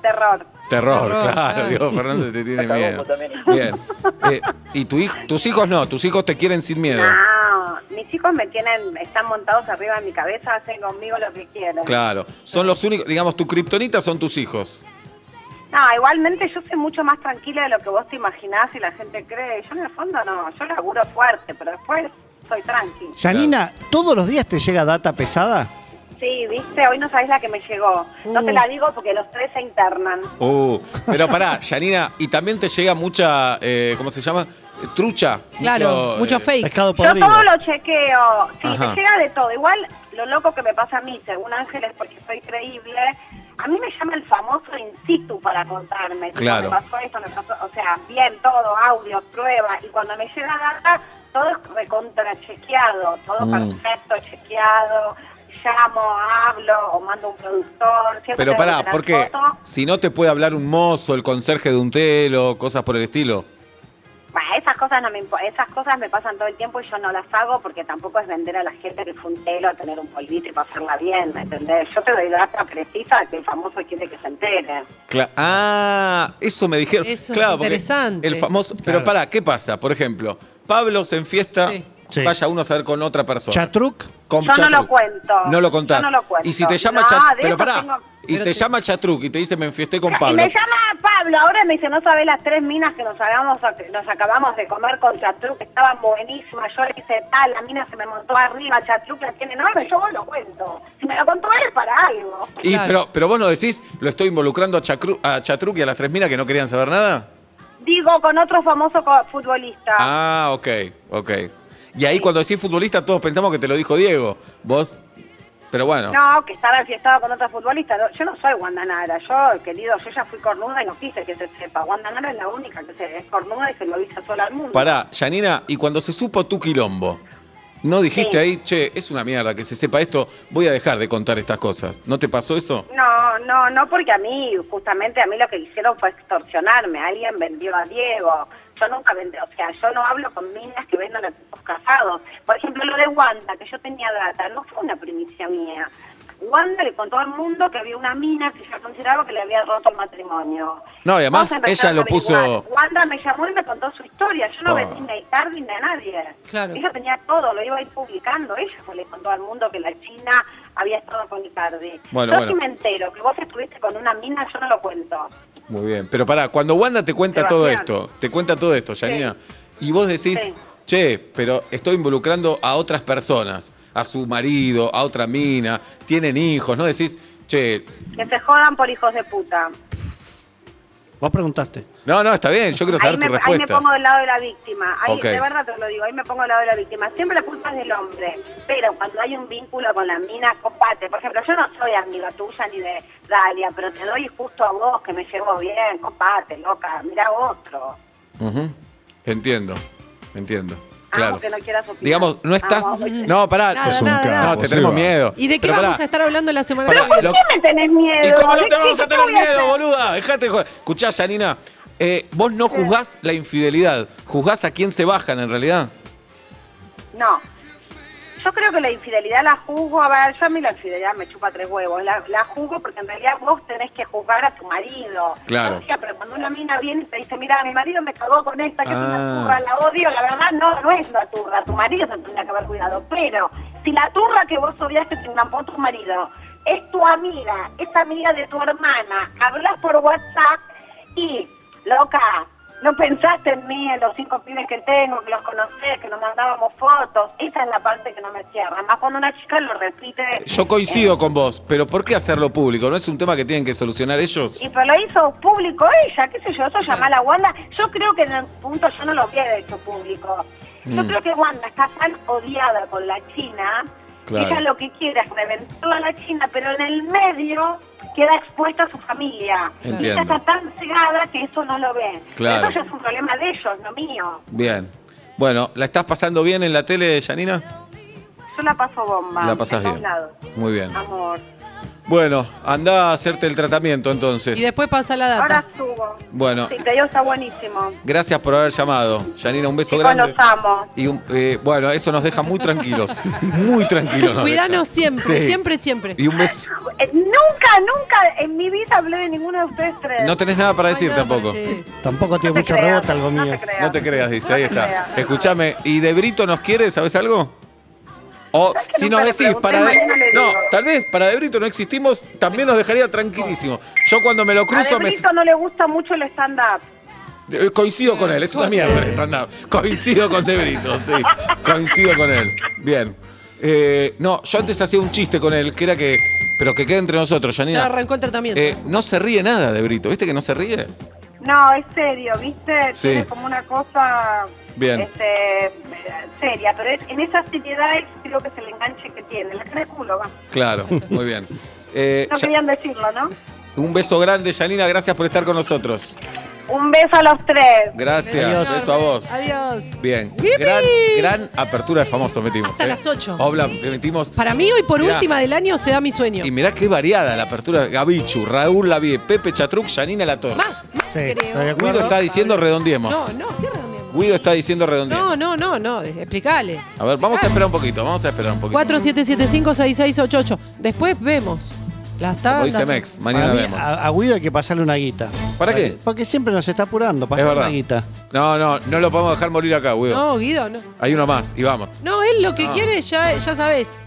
Speaker 9: Terror.
Speaker 2: Terror,
Speaker 3: Terror,
Speaker 2: claro,
Speaker 3: claro.
Speaker 2: Diego Fernando te tiene miedo.
Speaker 8: también.
Speaker 2: Bien. Eh, ¿Y tu hij- tus hijos no? ¿Tus hijos te quieren sin miedo?
Speaker 9: No, mis chicos me tienen, están montados arriba de mi cabeza, hacen conmigo lo que quieren.
Speaker 2: Claro. Son los únicos, digamos, tu kriptonita son tus hijos.
Speaker 9: No, igualmente yo soy mucho más tranquila de lo que vos te imaginás y la gente cree. Yo en el fondo no, yo laburo fuerte, pero después soy tranqui.
Speaker 4: Janina, ¿todos los días te llega data pesada?
Speaker 9: Sí, viste, hoy no sabés la que me llegó. No te la digo porque los tres se internan.
Speaker 2: Uh, pero pará, Janina, y también te llega mucha, eh, ¿cómo se llama? Eh, Trucha.
Speaker 3: Claro, mucho
Speaker 2: eh,
Speaker 3: fake.
Speaker 4: Pescado
Speaker 9: Yo
Speaker 4: podrido.
Speaker 9: todo lo chequeo, sí,
Speaker 2: Ajá.
Speaker 9: me llega de todo. Igual lo loco que me pasa a mí, según Ángeles, porque soy creíble, a mí me llama el famoso in situ para contarme. tipo,
Speaker 2: Claro.
Speaker 9: Me pasó esto, me pasó, o sea, bien todo, audio, prueba, y cuando me llega data, todo es recontrachequeado, todo
Speaker 2: Mm.
Speaker 9: perfecto, chequeado, llamo, hablo o mando un productor. siempre
Speaker 2: Pero
Speaker 9: tengo que
Speaker 2: pará,
Speaker 9: tener
Speaker 2: porque
Speaker 9: foto.
Speaker 2: si no te puede hablar un mozo, el conserje de un telo, cosas por el estilo.
Speaker 9: Bah, esas cosas no me impo- esas cosas me pasan todo el tiempo y yo no las hago porque tampoco es vender a la gente que fue un telo, tener un polvito y pasarla bien, ¿me entendés? Yo te doy data precisa que el famoso quiere que se entere.
Speaker 2: Cla- ah, eso me dijeron.
Speaker 3: Eso es
Speaker 2: claro, porque
Speaker 3: interesante.
Speaker 2: El famoso. Pero pará, ¿qué pasa? Por ejemplo, Pablo se enfiesta,
Speaker 3: Sí.
Speaker 4: Sí.
Speaker 2: vaya uno a saber con otra persona.
Speaker 4: ¿Chatruc?
Speaker 2: Con
Speaker 9: Yo no
Speaker 2: Chatruc.
Speaker 9: lo cuento.
Speaker 2: No lo contás.
Speaker 9: Yo no lo cuento.
Speaker 2: Y si te llama
Speaker 9: No,
Speaker 2: Chatruc.
Speaker 9: de
Speaker 2: Pero
Speaker 9: eso
Speaker 2: pará.
Speaker 9: tengo-
Speaker 2: Y
Speaker 3: Pero
Speaker 2: te
Speaker 3: te-
Speaker 2: llama Chatruc y te dice, me enfiesté con
Speaker 9: Y
Speaker 2: Pablo.
Speaker 9: me llama Pablo, ahora me dice, no sabes las tres minas que nos hagamos, nos acabamos de comer con Chatruc, que estaban buenísimas, yo le hice tal, la mina se me montó arriba, Chatruc la tiene enorme, yo vos lo cuento. Si me lo contó él, para algo.
Speaker 2: Y,
Speaker 3: Claro.
Speaker 2: pero, pero vos no decís, lo estoy involucrando a, Chacru- a Chatruc y a las tres minas que no querían saber nada.
Speaker 9: Digo, con otro famoso co- futbolista.
Speaker 2: Ah, ok, ok. Y ahí cuando decís futbolista, todos pensamos que te lo dijo Diego. Vos. Pero bueno.
Speaker 9: No, que estaba enfiestado con otros futbolistas. No, Yo no soy Wanda Nara. Yo, querido, yo ya fui cornuda y no quise que se sepa. Wanda Nara es la única que se es cornuda y se lo avisa solo al mundo.
Speaker 2: Pará, Janina, y cuando se supo tu quilombo, ¿no dijiste
Speaker 9: Sí.
Speaker 2: ahí, che, es una mierda que se sepa esto, voy a dejar de contar estas cosas? ¿No te pasó eso?
Speaker 9: No, no, no, porque a mí, justamente a mí lo que hicieron fue extorsionarme. Alguien vendió a Diego. Yo nunca vendí, o sea, yo no hablo con minas que venden a tipos casados. Por ejemplo, lo de Wanda, que yo tenía data, no fue una primicia mía. Wanda le contó al mundo que había una mina que yo consideraba que le había roto el matrimonio.
Speaker 2: No, y además
Speaker 9: Vamos a empezar
Speaker 2: ella lo
Speaker 9: a averiguar.
Speaker 2: puso-
Speaker 9: Wanda me llamó y me contó su historia. Yo no
Speaker 2: Ah.
Speaker 9: vendí ni a Icardi ni a nadie.
Speaker 3: Claro.
Speaker 9: Ella tenía todo, lo iba a ir publicando. Ella fue le contó al mundo que la China había estado con Icardi.
Speaker 2: Bueno,
Speaker 9: yo
Speaker 2: bueno.
Speaker 9: si me entero que vos estuviste con una mina, yo no lo cuento.
Speaker 2: Muy bien. Pero pará, cuando Wanda te cuenta todo
Speaker 9: Sebastián.
Speaker 2: esto, te cuenta todo esto, Janina, y vos decís,
Speaker 9: Sí.
Speaker 2: che, pero estoy involucrando a otras personas, a su marido, a otra mina, tienen hijos, ¿no? Decís, che,
Speaker 9: Que se jodan por hijos de puta.
Speaker 4: Vos preguntaste.
Speaker 2: no, no, está bien, yo quiero saber
Speaker 9: ahí, me,
Speaker 2: tu
Speaker 9: ahí me
Speaker 2: respuesta.
Speaker 9: pongo del lado de la víctima. Ahí,
Speaker 2: Ok.
Speaker 9: De verdad te lo digo, ahí me pongo del lado de la víctima. Siempre la culpa es del hombre. Pero cuando hay un vínculo con la mina, compate. Por ejemplo, yo no soy amiga tuya ni de Dalia, pero te doy justo a vos que me llevo bien. Compate, loca. Mira otro.
Speaker 2: Ujú. Entiendo, entiendo. Claro.
Speaker 9: Claro. que no quieras opinar.
Speaker 2: Digamos, no estás.
Speaker 9: Amo, oye.
Speaker 2: No, pará.
Speaker 3: Nada, Es un nada, nada.
Speaker 2: No, te tenemos miedo.
Speaker 3: ¿Y de qué
Speaker 2: Pero
Speaker 3: vamos
Speaker 2: pará.
Speaker 3: a estar hablando la semana
Speaker 2: Pará,
Speaker 3: que viene?
Speaker 2: lo-
Speaker 9: ¿Por qué me tenés miedo?
Speaker 2: ¿Y cómo no te
Speaker 9: Alexis?
Speaker 2: vamos a
Speaker 9: ¿Qué
Speaker 2: tener
Speaker 9: voy hacer?
Speaker 2: miedo, boluda? Dejate de joder. Escuchá, Janina, eh, vos no juzgás la infidelidad, juzgás a quién se bajan en realidad.
Speaker 9: No. Yo creo que la infidelidad la juzgo, a ver, yo a mí la infidelidad me chupa tres huevos, la, la juzgo porque en realidad vos tenés que juzgar a tu marido.
Speaker 2: Claro.
Speaker 9: O sea, pero cuando una mina viene y te dice, mira, mi marido me cagó con esta, que es
Speaker 2: Ah.
Speaker 9: una turra, la odio, la verdad no, no es una turra, tu marido se tendría que haber cuidado. Pero si la turra que vos odiaste te encampó tu marido es tu amiga, es amiga de tu hermana, hablas por WhatsApp y, loca, no pensaste en mí, en los cinco pibes que tengo, que los conocés, que nos mandábamos fotos. Esa es la parte que no me cierra. Más cuando una chica lo repite.
Speaker 2: Yo
Speaker 9: Eh.
Speaker 2: coincido con vos, pero ¿por qué hacerlo público? ¿No es un tema que tienen que solucionar ellos?
Speaker 9: Y pero lo hizo público ella, qué sé yo, eso llamó a la Wanda. Yo creo que en el punto yo no lo hubiera hecho público.
Speaker 2: Mm.
Speaker 9: Yo creo que Wanda está tan odiada con la China,
Speaker 2: Claro.
Speaker 9: ella lo que quiere es reventar a la China, pero en el medio queda expuesta a su familia. Y
Speaker 2: Entiendo.
Speaker 9: ella está tan cegada que eso no lo ve.
Speaker 2: Claro.
Speaker 9: Eso ya es un problema de ellos, no mío.
Speaker 2: Bien. Bueno, ¿la estás pasando bien en la tele, Janina?
Speaker 9: Yo la paso bomba.
Speaker 2: La pasas
Speaker 9: de todos
Speaker 2: bien.
Speaker 9: lados.
Speaker 2: Muy bien.
Speaker 9: Amor.
Speaker 2: Bueno, anda a hacerte el tratamiento entonces.
Speaker 3: Y después pasa la
Speaker 9: Ahora
Speaker 3: data.
Speaker 9: subo.
Speaker 2: Bueno.
Speaker 9: Sí, te digo, está buenísimo.
Speaker 2: Gracias por haber llamado. Janina, un beso
Speaker 9: Chicos,
Speaker 2: grande.
Speaker 9: los amo.
Speaker 2: Y un- eh, bueno, eso nos deja muy tranquilos. Muy tranquilos. nos
Speaker 3: Cuidanos
Speaker 2: deja.
Speaker 3: siempre,
Speaker 2: Sí.
Speaker 3: siempre, siempre.
Speaker 2: Y un beso.
Speaker 9: Eh, nunca, nunca en mi vida hablé de ninguno de ustedes tres.
Speaker 2: No tenés nada para decir
Speaker 3: Ay, no,
Speaker 2: tampoco.
Speaker 3: parece-
Speaker 4: Tampoco
Speaker 9: No
Speaker 4: tiene
Speaker 9: se
Speaker 4: mucho
Speaker 9: crean,
Speaker 4: rebote algo
Speaker 9: no
Speaker 4: mío.
Speaker 9: se crean.
Speaker 2: No te creas, dice,
Speaker 9: No
Speaker 2: ahí
Speaker 9: se
Speaker 2: está.
Speaker 9: crean.
Speaker 2: Escúchame, ¿y de Brito nos quiere? ¿Sabes algo? O
Speaker 9: ¿Sabes que
Speaker 2: si
Speaker 9: nunca
Speaker 2: nos
Speaker 9: le
Speaker 2: decís,
Speaker 9: pregunté?
Speaker 2: para. de-
Speaker 9: Mañana le
Speaker 2: No,
Speaker 9: digo.
Speaker 2: tal vez para De Brito no existimos, también nos dejaría tranquilísimo. Yo cuando me lo
Speaker 9: a
Speaker 2: cruzo me.
Speaker 9: Debrito no le gusta mucho el stand-up.
Speaker 2: Eh, Coincido con él, es una mierda el stand-up. Coincido con Debrito, sí. Coincido con él. Bien. Eh, no, yo antes hacía un chiste con él, que era que. Pero que quede entre nosotros,
Speaker 3: Ya
Speaker 2: Janina.
Speaker 3: arrancó el tratamiento.
Speaker 2: Eh, no se ríe nada de Brito, ¿viste que no se ríe?
Speaker 9: No, es serio, ¿viste?
Speaker 2: Sí.
Speaker 9: Tiene como una cosa
Speaker 2: Bien.
Speaker 9: este, eh, seria, pero es- en esa seriedad es creo que es el enganche que tiene. La cara de culo, va.
Speaker 2: Claro, muy bien. Eh,
Speaker 9: No
Speaker 2: Ya-
Speaker 9: querían decirlo, ¿no?
Speaker 2: un beso grande, Janina, gracias por estar con nosotros.
Speaker 9: Un beso a los tres.
Speaker 2: Gracias,
Speaker 4: Adiós.
Speaker 2: beso a vos.
Speaker 3: Adiós.
Speaker 2: Bien,
Speaker 3: Yipi.
Speaker 2: gran, gran apertura de famosos metimos.
Speaker 3: Hasta
Speaker 2: eh.
Speaker 3: las ocho.
Speaker 2: Obla, metimos.
Speaker 3: Para mí, hoy por
Speaker 2: Mirá.
Speaker 3: última del año se da mi sueño.
Speaker 2: Y mirá qué variada la apertura. Gabichu, Raúl Lavie, Pepe Chatruc, Janina Latorre.
Speaker 3: Más, más
Speaker 4: Sí,
Speaker 3: creo.
Speaker 4: estoy de acuerdo.
Speaker 2: Guido está diciendo redondiemos.
Speaker 3: No, no, ¿qué redondeamos?
Speaker 2: Guido está diciendo redondiemos.
Speaker 3: No, no, no, no, Ah. de- explicale.
Speaker 2: A ver, vamos a esperar un poquito, vamos a esperar un poquito.
Speaker 3: 47756688. Después vemos. Las
Speaker 2: Como
Speaker 3: tandas.
Speaker 2: dice Mex, mañana
Speaker 4: Para mí, ah.
Speaker 2: vemos.
Speaker 4: a, a Guido hay que pasarle una guita.
Speaker 2: ¿Para qué?
Speaker 4: Porque siempre nos está apurando,
Speaker 2: Es
Speaker 4: pasarle
Speaker 2: verdad.
Speaker 4: una guita.
Speaker 2: No, no, no lo podemos dejar morir acá, Guido.
Speaker 3: No, Guido, no.
Speaker 2: Hay uno más, y vamos.
Speaker 3: No, él lo que
Speaker 2: No.
Speaker 3: quiere ya, ya sabes.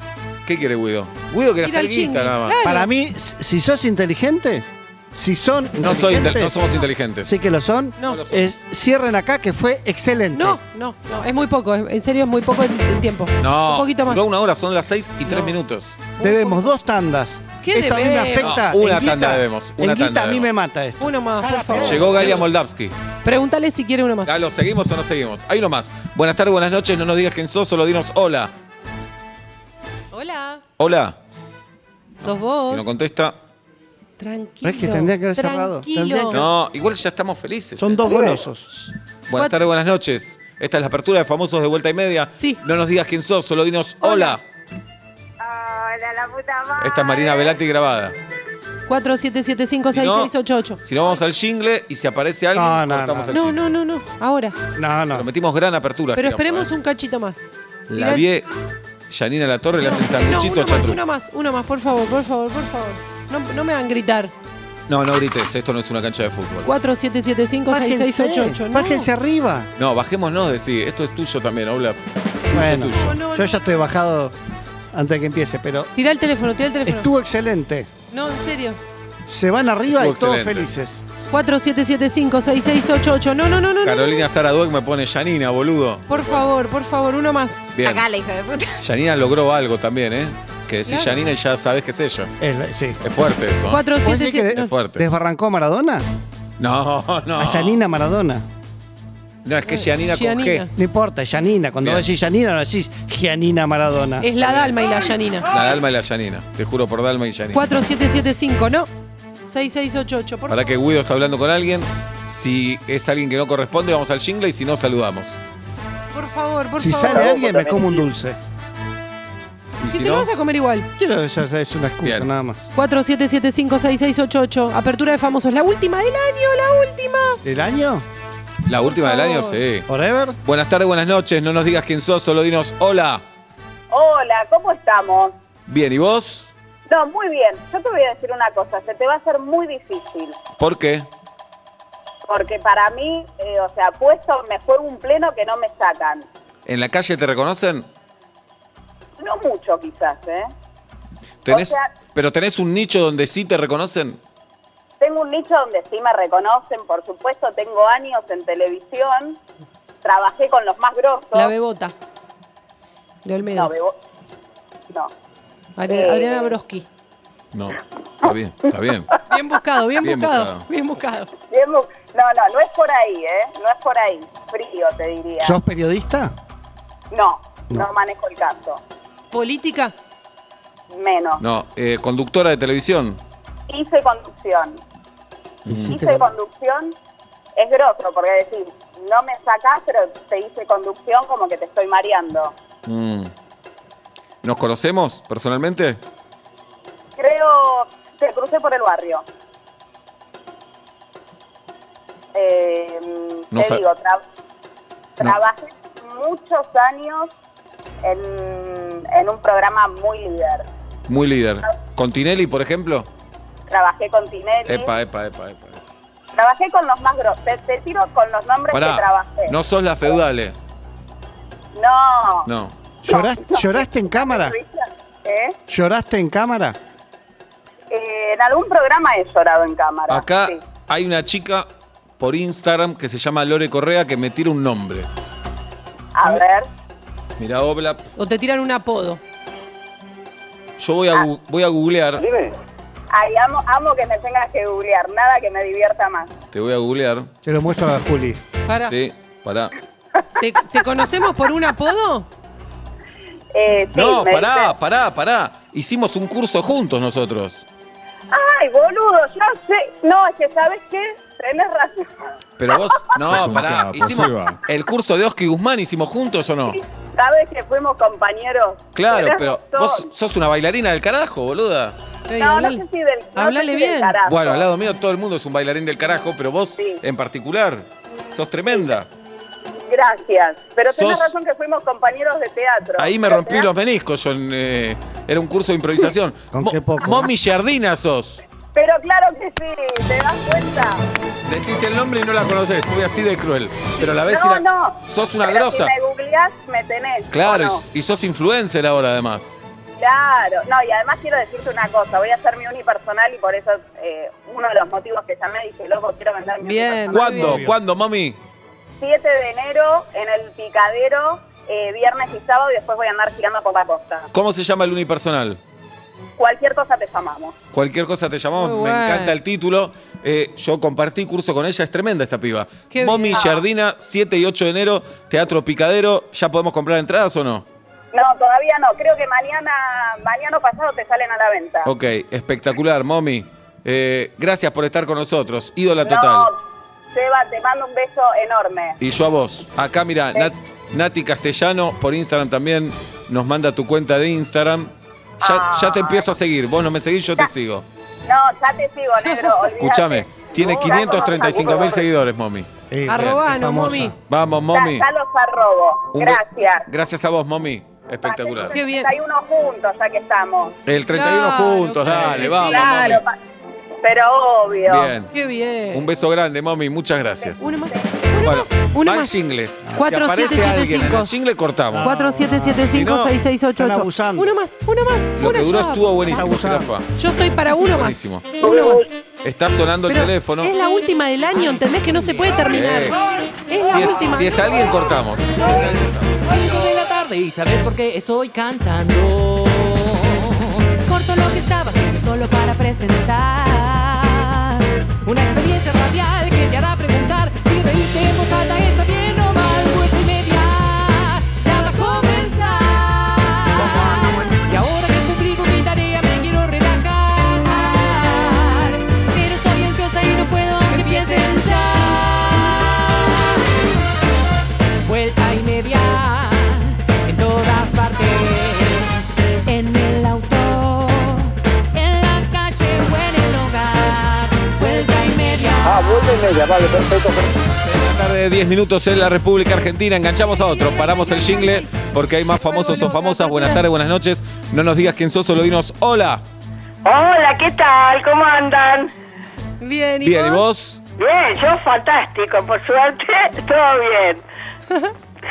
Speaker 2: ¿Qué quiere Guido? Guido quiere
Speaker 3: Ir al
Speaker 2: hacer guita
Speaker 3: chingue.
Speaker 2: nada más.
Speaker 3: Claro.
Speaker 4: Para mí, s- si sos inteligente, si son
Speaker 2: No, soy inte-
Speaker 4: inteligentes,
Speaker 2: no somos inteligentes.
Speaker 4: sí que lo son,
Speaker 3: No.
Speaker 2: lo son.
Speaker 4: es, cierren acá que fue excelente.
Speaker 3: No, no, no, es muy poco, es- en serio es muy poco el, el tiempo.
Speaker 2: No,
Speaker 3: un poquito más.
Speaker 2: duró una hora, son las seis y tres
Speaker 3: No. Eh.
Speaker 2: minutos.
Speaker 4: Debemos dos tandas.
Speaker 3: ¿Qué
Speaker 4: Esto a mí me
Speaker 3: debemos?
Speaker 4: afecta.
Speaker 2: No, una
Speaker 4: en guita-
Speaker 2: tanda debemos, una
Speaker 4: en guita
Speaker 2: tanda
Speaker 4: a mí
Speaker 2: debemos.
Speaker 4: me mata esto.
Speaker 3: Uno más, por favor.
Speaker 2: Llegó Galia Moldavsky.
Speaker 3: Pregúntale si quiere uno más.
Speaker 2: ¿Lo seguimos o no seguimos? Hay uno más. Buenas tardes, buenas noches. No nos digas quién sos, solo dinos hola.
Speaker 3: Hola,
Speaker 2: Hola.
Speaker 3: sos
Speaker 2: Si
Speaker 3: vos.
Speaker 2: no contesta.
Speaker 3: Tranquilo.
Speaker 4: Es que tendría que haber cerrado. Tendría
Speaker 3: Tranquilo.
Speaker 4: que-
Speaker 2: No, igual ya estamos felices.
Speaker 4: Son dos golosos.
Speaker 2: Buenas tardes, buenas noches. Esta es la apertura de famosos de vuelta y media.
Speaker 3: Sí.
Speaker 2: No nos digas quién sos, solo dinos hola.
Speaker 9: Hola, la puta madre.
Speaker 2: Esta es Marina Velati grabada.
Speaker 3: 47756688.
Speaker 2: Si no, vamos al jingle y si aparece alguien,
Speaker 4: No, no,
Speaker 2: cortamos
Speaker 4: no.
Speaker 2: el
Speaker 3: No,
Speaker 2: jingle.
Speaker 3: no, no, no. Ahora.
Speaker 4: No, no.
Speaker 2: Prometimos gran apertura.
Speaker 3: Pero
Speaker 2: digamos,
Speaker 3: esperemos
Speaker 2: ¿eh?
Speaker 3: un cachito más.
Speaker 2: La vie, Janina La Torre le hace el
Speaker 3: No,
Speaker 2: sanguchito a
Speaker 3: uno más,
Speaker 2: Chatru.
Speaker 3: uno más, uno más, por favor, por favor, por favor. No, no me van a gritar.
Speaker 2: No, no grites, esto no es una cancha de fútbol.
Speaker 3: 47756688.
Speaker 4: Bájense,
Speaker 3: No.
Speaker 4: bájense arriba.
Speaker 2: No, bajémonos, decir, esto es tuyo también, Oblap.
Speaker 4: Bueno,
Speaker 3: tuyo. No, no,
Speaker 4: yo
Speaker 3: no.
Speaker 4: ya estoy bajado antes de que empiece, pero
Speaker 3: Tirá el teléfono, tirá el teléfono.
Speaker 4: estuvo excelente.
Speaker 3: No, en serio.
Speaker 4: Se van arriba
Speaker 2: Estuvo
Speaker 4: y todos
Speaker 2: excelente.
Speaker 4: felices.
Speaker 3: 47756688. No, no, no, no. no.
Speaker 2: Carolina Sara Dueck me pone Janina, boludo.
Speaker 3: Por favor, por favor, uno más.
Speaker 2: Bien.
Speaker 10: Acá la hija de puta.
Speaker 2: Janina logró algo también, ¿eh? Que decís
Speaker 3: Claro.
Speaker 2: Janina y ya sabes qué es ella.
Speaker 4: Es la- sí.
Speaker 2: Es fuerte eso. ¿eh?
Speaker 4: ¿Vos decís que
Speaker 3: 47756688.
Speaker 4: de-
Speaker 2: Es fuerte.
Speaker 4: ¿Desbarrancó a Maradona?
Speaker 2: No, no.
Speaker 4: A Janina Maradona.
Speaker 2: No, es que Janina con
Speaker 3: Gianina.
Speaker 2: G.
Speaker 4: No importa, Janina. Cuando
Speaker 2: Bien.
Speaker 4: vos decís Janina, no decís Gianina Maradona.
Speaker 3: Es la Dalma y la Yanina.
Speaker 2: La Dalma y la Janina. Te juro por Dalma y Janina.
Speaker 3: 4775, no. 6688, por
Speaker 2: Para que Guido está hablando con alguien. Si es alguien que no corresponde, vamos al jingle y si no, saludamos.
Speaker 3: Por favor, por
Speaker 4: si
Speaker 3: favor.
Speaker 4: sale alguien, me como un dulce.
Speaker 2: Y
Speaker 3: si
Speaker 2: si
Speaker 3: te lo
Speaker 2: no,
Speaker 3: vas a comer igual.
Speaker 4: Quiero eso, es una excusa
Speaker 2: Bien.
Speaker 4: nada más.
Speaker 3: 47756688. Apertura de famosos. La última del año, la última.
Speaker 4: ¿Del año?
Speaker 2: la última del año,
Speaker 3: favor.
Speaker 2: sí.
Speaker 4: ¿Forever?
Speaker 2: Buenas tardes, buenas noches. No nos digas quién sos, solo dinos hola.
Speaker 9: Hola, ¿cómo estamos?
Speaker 2: Bien, ¿y vos?
Speaker 9: No, muy bien. Yo te voy a decir una cosa, se te va a hacer muy difícil.
Speaker 2: ¿Por qué?
Speaker 9: Porque para mí, eh, o sea, puesto me juego un pleno que no me sacan.
Speaker 2: ¿En la calle te reconocen?
Speaker 9: No mucho quizás, ¿eh?
Speaker 2: ¿Tenés,
Speaker 9: O sea-
Speaker 2: ¿Pero tenés un nicho donde sí te reconocen?
Speaker 9: Tengo un nicho donde sí me reconocen, por supuesto, tengo años en televisión, trabajé con los más grosos.
Speaker 3: La bebota. De
Speaker 9: no,
Speaker 3: Olmedo.
Speaker 9: bebo. No.
Speaker 3: Adri-
Speaker 9: eh.
Speaker 3: Adriana Broski.
Speaker 2: No. Está bien, está bien.
Speaker 3: Bien buscado, bien,
Speaker 2: Bien
Speaker 3: buscado,
Speaker 2: buscado.
Speaker 3: Bien buscado.
Speaker 9: Bien bu- No, no, no es por ahí, ¿eh? No es por ahí. Frío, te diría.
Speaker 4: ¿Sos periodista?
Speaker 9: No, no, manejo el caso.
Speaker 3: Política.
Speaker 9: Menos.
Speaker 2: No, eh, conductora de televisión. Mm.
Speaker 9: Hice conducción.
Speaker 4: Hiciste
Speaker 9: Hice
Speaker 4: con-
Speaker 9: conducción. Es grosso, porque decir,
Speaker 11: no me sacás, pero te hice conducción como que te estoy mareando.
Speaker 2: Mm. ¿Nos conocemos personalmente?
Speaker 11: Creo, te crucé por el barrio. Eh,
Speaker 2: No
Speaker 11: te
Speaker 2: sa-
Speaker 11: digo, tra-
Speaker 2: No.
Speaker 11: trabajé muchos años en, en un programa muy líder.
Speaker 2: Muy líder. ¿Con Tinelli, por ejemplo?
Speaker 11: Trabajé con Tinelli,
Speaker 2: Epa, epa, epa, epa.
Speaker 11: trabajé con los más grosos. Te, te tiro con los nombres que
Speaker 2: Pará,
Speaker 11: trabajé.
Speaker 2: no sos la feudale.
Speaker 11: no.
Speaker 2: No.
Speaker 4: ¿Lloraste, lloraste en cámara?
Speaker 11: ¿Eh?
Speaker 4: ¿Lloraste en cámara?
Speaker 11: Eh, en algún programa he llorado en cámara.
Speaker 2: Acá
Speaker 11: sí.
Speaker 2: hay una chica por Instagram que se llama Lore Correa que me tira un nombre.
Speaker 11: A ver.
Speaker 2: Mirá, Oblap.
Speaker 3: O te tiran un apodo.
Speaker 2: Yo voy a, gu-
Speaker 11: Ah.
Speaker 2: voy a googlear.
Speaker 12: Dime.
Speaker 11: Ay, amo, amo que me tengas que googlear. Nada que me divierta más.
Speaker 2: Te voy a googlear.
Speaker 4: Se lo muestro a Juli.
Speaker 3: Para.
Speaker 2: Sí, pará.
Speaker 3: ¿Te, te conocemos por un apodo?
Speaker 11: Eh, sí,
Speaker 2: No,
Speaker 11: me
Speaker 2: pará,
Speaker 11: dicen,
Speaker 2: pará, pará. Hicimos un curso juntos nosotros.
Speaker 11: Ay, boludo, ya sé. No, es que sabes qué, tenés razón.
Speaker 2: Pero vos,
Speaker 9: Es
Speaker 2: no,
Speaker 9: un
Speaker 2: pará.
Speaker 9: capo,
Speaker 2: Hicimos
Speaker 9: Seba.
Speaker 2: el curso de Oski Guzmán, ¿hicimos juntos o no?
Speaker 11: Sabes que fuimos compañeros.
Speaker 2: Claro,
Speaker 11: Tenés
Speaker 2: pero vos
Speaker 11: razón.
Speaker 2: sos una bailarina del carajo, boluda.
Speaker 3: Ey,
Speaker 11: No, no
Speaker 3: hablale.
Speaker 11: sé si del. no
Speaker 3: Hablale
Speaker 11: sé si del
Speaker 3: bien.
Speaker 11: carajo.
Speaker 2: Bueno, al lado mío todo el mundo es un bailarín del carajo, pero vos
Speaker 11: Sí.
Speaker 2: en particular sos tremenda.
Speaker 11: Gracias. Pero tenés
Speaker 2: Sos-
Speaker 11: razón que fuimos compañeros de teatro.
Speaker 2: Ahí me
Speaker 11: Pero
Speaker 2: rompí
Speaker 11: tenés-
Speaker 2: los meniscos yo en, eh, era un curso de improvisación.
Speaker 4: Con qué poco.
Speaker 2: Mommy Giardina sos.
Speaker 11: Pero claro que sí, ¿te das cuenta?
Speaker 2: Decís el nombre y no la conocés, fui así de cruel. Pero la ves y
Speaker 11: no,
Speaker 2: la-
Speaker 11: no.
Speaker 2: sos una
Speaker 11: Pero
Speaker 2: grosa.
Speaker 11: Si me googleás, me tenés.
Speaker 2: Claro,
Speaker 11: ¿o
Speaker 2: y-
Speaker 11: no?
Speaker 2: y, sos influencer ahora además.
Speaker 11: Claro, no, y además quiero decirte una cosa, voy a hacer mi unipersonal y por eso eh, uno de los motivos que llamé dije, loco, quiero vender mi
Speaker 3: Bien.
Speaker 11: unipersonal.
Speaker 2: ¿Cuándo?
Speaker 3: bien.
Speaker 2: ¿Cuándo, mami?
Speaker 11: 7 de enero en el Picadero, eh, viernes y sábado y después voy a andar girando por la costa.
Speaker 2: ¿Cómo se llama el unipersonal?
Speaker 11: Cualquier cosa te llamamos.
Speaker 2: Cualquier cosa te llamamos,
Speaker 3: Muy
Speaker 2: me
Speaker 3: bueno.
Speaker 2: encanta el título. Eh, yo compartí curso con ella, es tremenda esta piba.
Speaker 3: Qué
Speaker 2: Momi
Speaker 3: bien.
Speaker 2: Giardina, 7 y 8 de enero, Teatro Picadero. ¿Ya podemos comprar entradas o no?
Speaker 11: No, todavía no, creo que mañana, mañana o pasado te salen a la venta.
Speaker 2: Ok, espectacular, Momi. Eh, gracias por estar con nosotros, ídola total.
Speaker 11: No, Seba, te mando un beso enorme.
Speaker 2: Y yo a vos. Acá, mira, Nati Castellano por Instagram también nos manda tu cuenta de Instagram. Ya, ya te empiezo a seguir. Vos no me seguís, yo te sigo.
Speaker 11: No, ya te sigo, negro. olvídate.
Speaker 2: Escúchame, tiene
Speaker 11: Uh,
Speaker 2: 535 mil seguidores, Momi.
Speaker 4: Eh,
Speaker 3: Arrobanos,
Speaker 4: famosa.
Speaker 3: mami.
Speaker 2: Vamos,
Speaker 11: Ya,
Speaker 2: Momi.
Speaker 11: ya los arrobo.
Speaker 2: Un be-
Speaker 11: Gracias.
Speaker 2: Gracias a vos, Momi. Espectacular.
Speaker 3: Qué bien.
Speaker 11: 31 juntos, ya que estamos.
Speaker 2: El 31
Speaker 3: Claro,
Speaker 2: juntos,
Speaker 3: claro
Speaker 2: dale,
Speaker 3: que
Speaker 2: vamos.
Speaker 3: sí. Claro,
Speaker 2: Momi.
Speaker 11: pa- Pero obvio.
Speaker 2: Bien.
Speaker 3: Qué bien.
Speaker 2: Un beso grande, Momi. Muchas gracias.
Speaker 3: Uno más. Uno
Speaker 2: Bueno,
Speaker 3: más. Uno
Speaker 2: va el
Speaker 3: más.
Speaker 2: jingle.
Speaker 3: Cuatro,
Speaker 2: Si aparece
Speaker 3: siete, siete,
Speaker 2: alguien en
Speaker 3: cinco.
Speaker 2: el jingle, cortamos.
Speaker 3: 4775-6688.
Speaker 4: Están abusando.
Speaker 3: Uno más, uno más.
Speaker 2: Lo
Speaker 3: uno
Speaker 2: que duró
Speaker 3: ya.
Speaker 2: estuvo buenísimo,
Speaker 4: Abusado.
Speaker 2: jirafa.
Speaker 3: Yo estoy para uno más.
Speaker 2: Buenísimo.
Speaker 3: Uno más.
Speaker 2: Está sonando el
Speaker 3: Pero
Speaker 2: teléfono.
Speaker 3: Es la última del año, ¿entendés? Que no se puede terminar. Es la
Speaker 2: Si es,
Speaker 3: última.
Speaker 2: si es alguien, cortamos. Si es alguien, cortamos.
Speaker 9: 5 de la tarde y sabes por qué estoy cantando. Corto lo que estaba haciendo solo para presentar. Una experiencia radial que te hará preguntar si reírte en voz alta está bien o mal. Vuelta y media ya va a comenzar. Y ahora que cumplí con mi tarea me quiero relajar. Pero soy ansiosa y no puedo que empiecen ya vuelta y media en todas partes, en el auto, en la calle o en el hogar, vuelta y media.
Speaker 8: Ah,
Speaker 2: La tarde de 10 minutos en la República Argentina. Enganchamos a otro. Paramos el jingle porque hay más famosos o famosas. Buenas tardes, buenas noches. No nos digas quién sos, solo dinos hola.
Speaker 11: Hola, ¿qué tal? ¿Cómo andan?
Speaker 3: Bien, ¿y
Speaker 2: Bien, ¿y vos?
Speaker 3: vos?
Speaker 11: Bien, yo fantástico, por suerte, todo bien.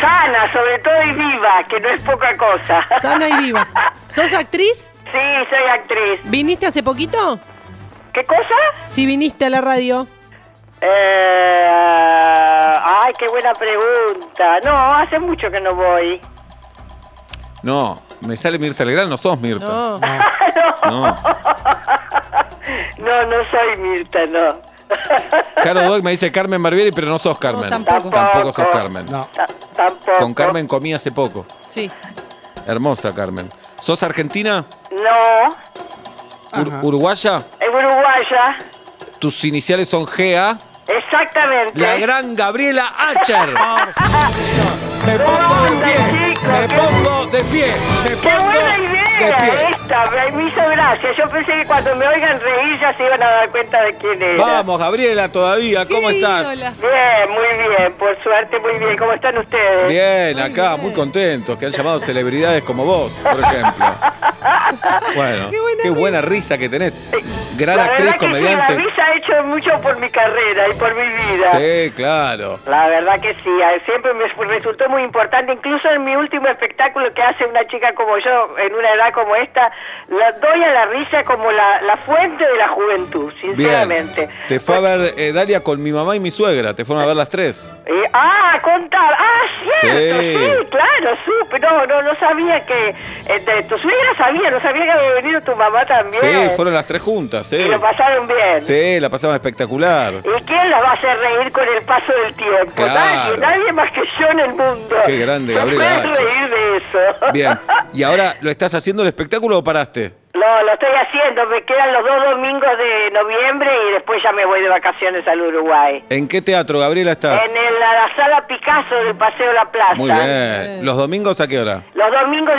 Speaker 11: Sana, sobre todo, y viva, que no es poca cosa.
Speaker 3: Sana y viva. ¿Sos actriz?
Speaker 11: Sí, soy actriz.
Speaker 3: ¿Viniste hace poquito?
Speaker 11: ¿Qué cosa?
Speaker 3: Si viniste a la radio.
Speaker 11: Eh, ay, qué buena pregunta. No, hace mucho que no voy.
Speaker 2: No, me sale Mirta Legrand, no sos Mirta.
Speaker 3: No.
Speaker 2: No.
Speaker 11: No, no soy Mirta, no.
Speaker 2: Caro Dog me dice Carmen Barbieri, pero no sos Carmen.
Speaker 3: tampoco.
Speaker 2: Tampoco sos Carmen.
Speaker 4: No.
Speaker 11: Ta- tampoco.
Speaker 2: Con Carmen comí hace poco.
Speaker 3: Sí.
Speaker 2: Hermosa Carmen. ¿Sos argentina?
Speaker 11: No,
Speaker 2: Ur- ¿Uruguaya?
Speaker 11: es uruguaya.
Speaker 2: ¿Tus iniciales son GA?
Speaker 11: Es
Speaker 13: Exactamente.
Speaker 2: La gran Gabriela Acher.
Speaker 13: Ah.
Speaker 2: Ah, Me pongo de pie.
Speaker 13: Onda, chicos,
Speaker 2: Me
Speaker 13: qué-
Speaker 2: pongo de pie. Me
Speaker 13: Qué
Speaker 2: pongo
Speaker 13: buena
Speaker 2: de
Speaker 13: idea eh.
Speaker 2: pie.
Speaker 13: esta, me- me hizo gracia. Yo pensé que cuando me oigan reír ya se iban a dar cuenta de quién era.
Speaker 2: Vamos, Gabriela, todavía. ¿Cómo
Speaker 3: Qué
Speaker 2: estás?
Speaker 3: ídola.
Speaker 13: Bien, muy bien, por suerte muy bien. ¿Cómo están ustedes?
Speaker 2: Bien, acá, muy contentos que han llamado celebridades como vos, por ejemplo. Bueno,
Speaker 3: Qué buena
Speaker 2: qué buena risa que tenés. Gran
Speaker 13: la
Speaker 2: actriz,
Speaker 13: verdad que sí, la
Speaker 2: comediante.
Speaker 13: risa ha hecho mucho por mi carrera y por mi vida.
Speaker 2: Sí, claro.
Speaker 13: La verdad que sí, eh, siempre me su- resultó muy importante, incluso en mi último espectáculo que hace una chica como yo, en una edad como esta, la doy a la risa como la, la fuente de la juventud,
Speaker 2: Bien.
Speaker 13: sinceramente.
Speaker 2: Te fue a ver eh, Dalia con mi mamá y mi suegra. Te fueron a ver las tres.
Speaker 13: Eh, ah, contar. Ah, cierto,
Speaker 2: Sí.
Speaker 13: sí, claro, supe. No, no, no sabía que. eh, de- tu suegra sabía, no sabía que había venido tu mamá también.
Speaker 2: Sí, fueron las tres juntas, sí.
Speaker 13: Y lo pasaron bien.
Speaker 2: Sí, la pasaron espectacular.
Speaker 13: ¿Y quién las va a hacer reír con el paso del tiempo?
Speaker 2: Claro.
Speaker 13: Nadie, nadie más que yo en el mundo.
Speaker 2: Qué grande,
Speaker 13: Se
Speaker 2: Gabriela
Speaker 13: puede
Speaker 2: Hache.
Speaker 13: reír de eso.
Speaker 2: Bien. ¿Y ahora lo estás haciendo el espectáculo o paraste?
Speaker 13: No, lo estoy haciendo. Me quedan los dos domingos de noviembre y después ya me voy de vacaciones al Uruguay.
Speaker 2: ¿En qué teatro, Gabriela, estás?
Speaker 13: En el- la, la sala Picasso del Paseo de la Plaza.
Speaker 2: Muy bien. ¿Los domingos a qué hora?
Speaker 13: Los domingos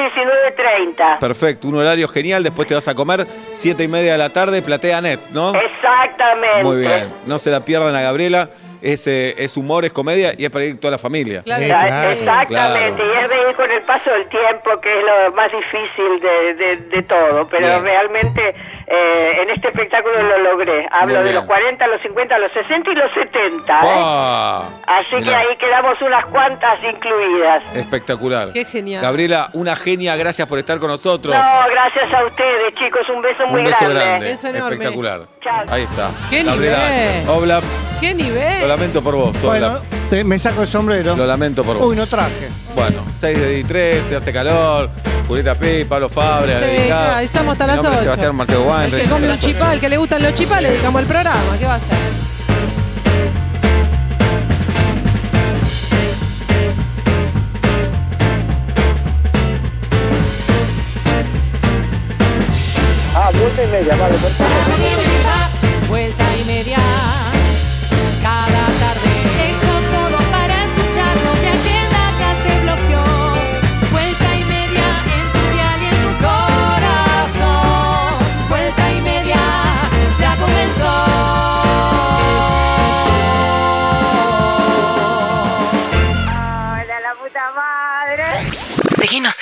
Speaker 13: 19.30.
Speaker 2: Perfecto, un horario genial, después te vas a comer, siete y media de la tarde, platea net, ¿no?
Speaker 13: Exactamente.
Speaker 2: Muy bien, no se la pierdan a Gabriela, es, eh, es humor, es comedia y es para ir toda la familia.
Speaker 3: Claro,
Speaker 4: Sí,
Speaker 13: Exa-
Speaker 4: claro.
Speaker 13: Exactamente,
Speaker 2: Claro.
Speaker 13: y es reír con el paso del tiempo, que es lo más difícil de, de- de todo, pero
Speaker 2: Bien.
Speaker 13: realmente eh, en este espectáculo lo logré. Hablo
Speaker 2: Muy
Speaker 13: de los
Speaker 2: bien.
Speaker 13: 40, los 50, los 60 y los 70. ¿eh?
Speaker 2: ¡Pah!
Speaker 13: Así que
Speaker 2: Mirá,
Speaker 13: ahí quedamos unas cuantas incluidas.
Speaker 2: Espectacular.
Speaker 3: Qué genial.
Speaker 2: Gabriela, una genia, gracias por estar con nosotros.
Speaker 13: No, gracias a ustedes, chicos. Un beso muy
Speaker 2: un beso grande.
Speaker 3: Beso enorme.
Speaker 2: Espectacular.
Speaker 13: Chao.
Speaker 2: Ahí está.
Speaker 3: Qué
Speaker 2: Gabriela
Speaker 3: nivel.
Speaker 2: Acher. Obla,
Speaker 3: ¡Qué
Speaker 2: lo
Speaker 3: nivel!
Speaker 2: lamento por vos,
Speaker 4: Bueno,
Speaker 2: Obla.
Speaker 4: te- me saco el sombrero.
Speaker 2: Lo lamento por vos.
Speaker 4: Uy, no traje.
Speaker 2: Bueno, 6 de 13, hace calor. Julieta P, Pablo Fabra,
Speaker 3: Sí,
Speaker 2: dedicado.
Speaker 3: claro, estamos hasta
Speaker 2: Mi
Speaker 3: las
Speaker 2: nombre es
Speaker 3: 8.
Speaker 2: Sebastián Marcelo
Speaker 3: El
Speaker 2: Weinreich.
Speaker 3: que come un
Speaker 2: Hasta las ocho.
Speaker 3: chipal, que le gustan los chipales, dedicamos el programa. ¿Qué va a hacer?
Speaker 8: Ah, vuelta y media, vale, perfecto.
Speaker 9: Vuelta y media, cada tarde. Dejo todo para escuchar lo que agenda ya se bloqueó. Vuelta y media en tu dial y en tu corazón. Vuelta y media, ya comenzó.
Speaker 13: Hola, la puta madre.
Speaker 14: Seguinos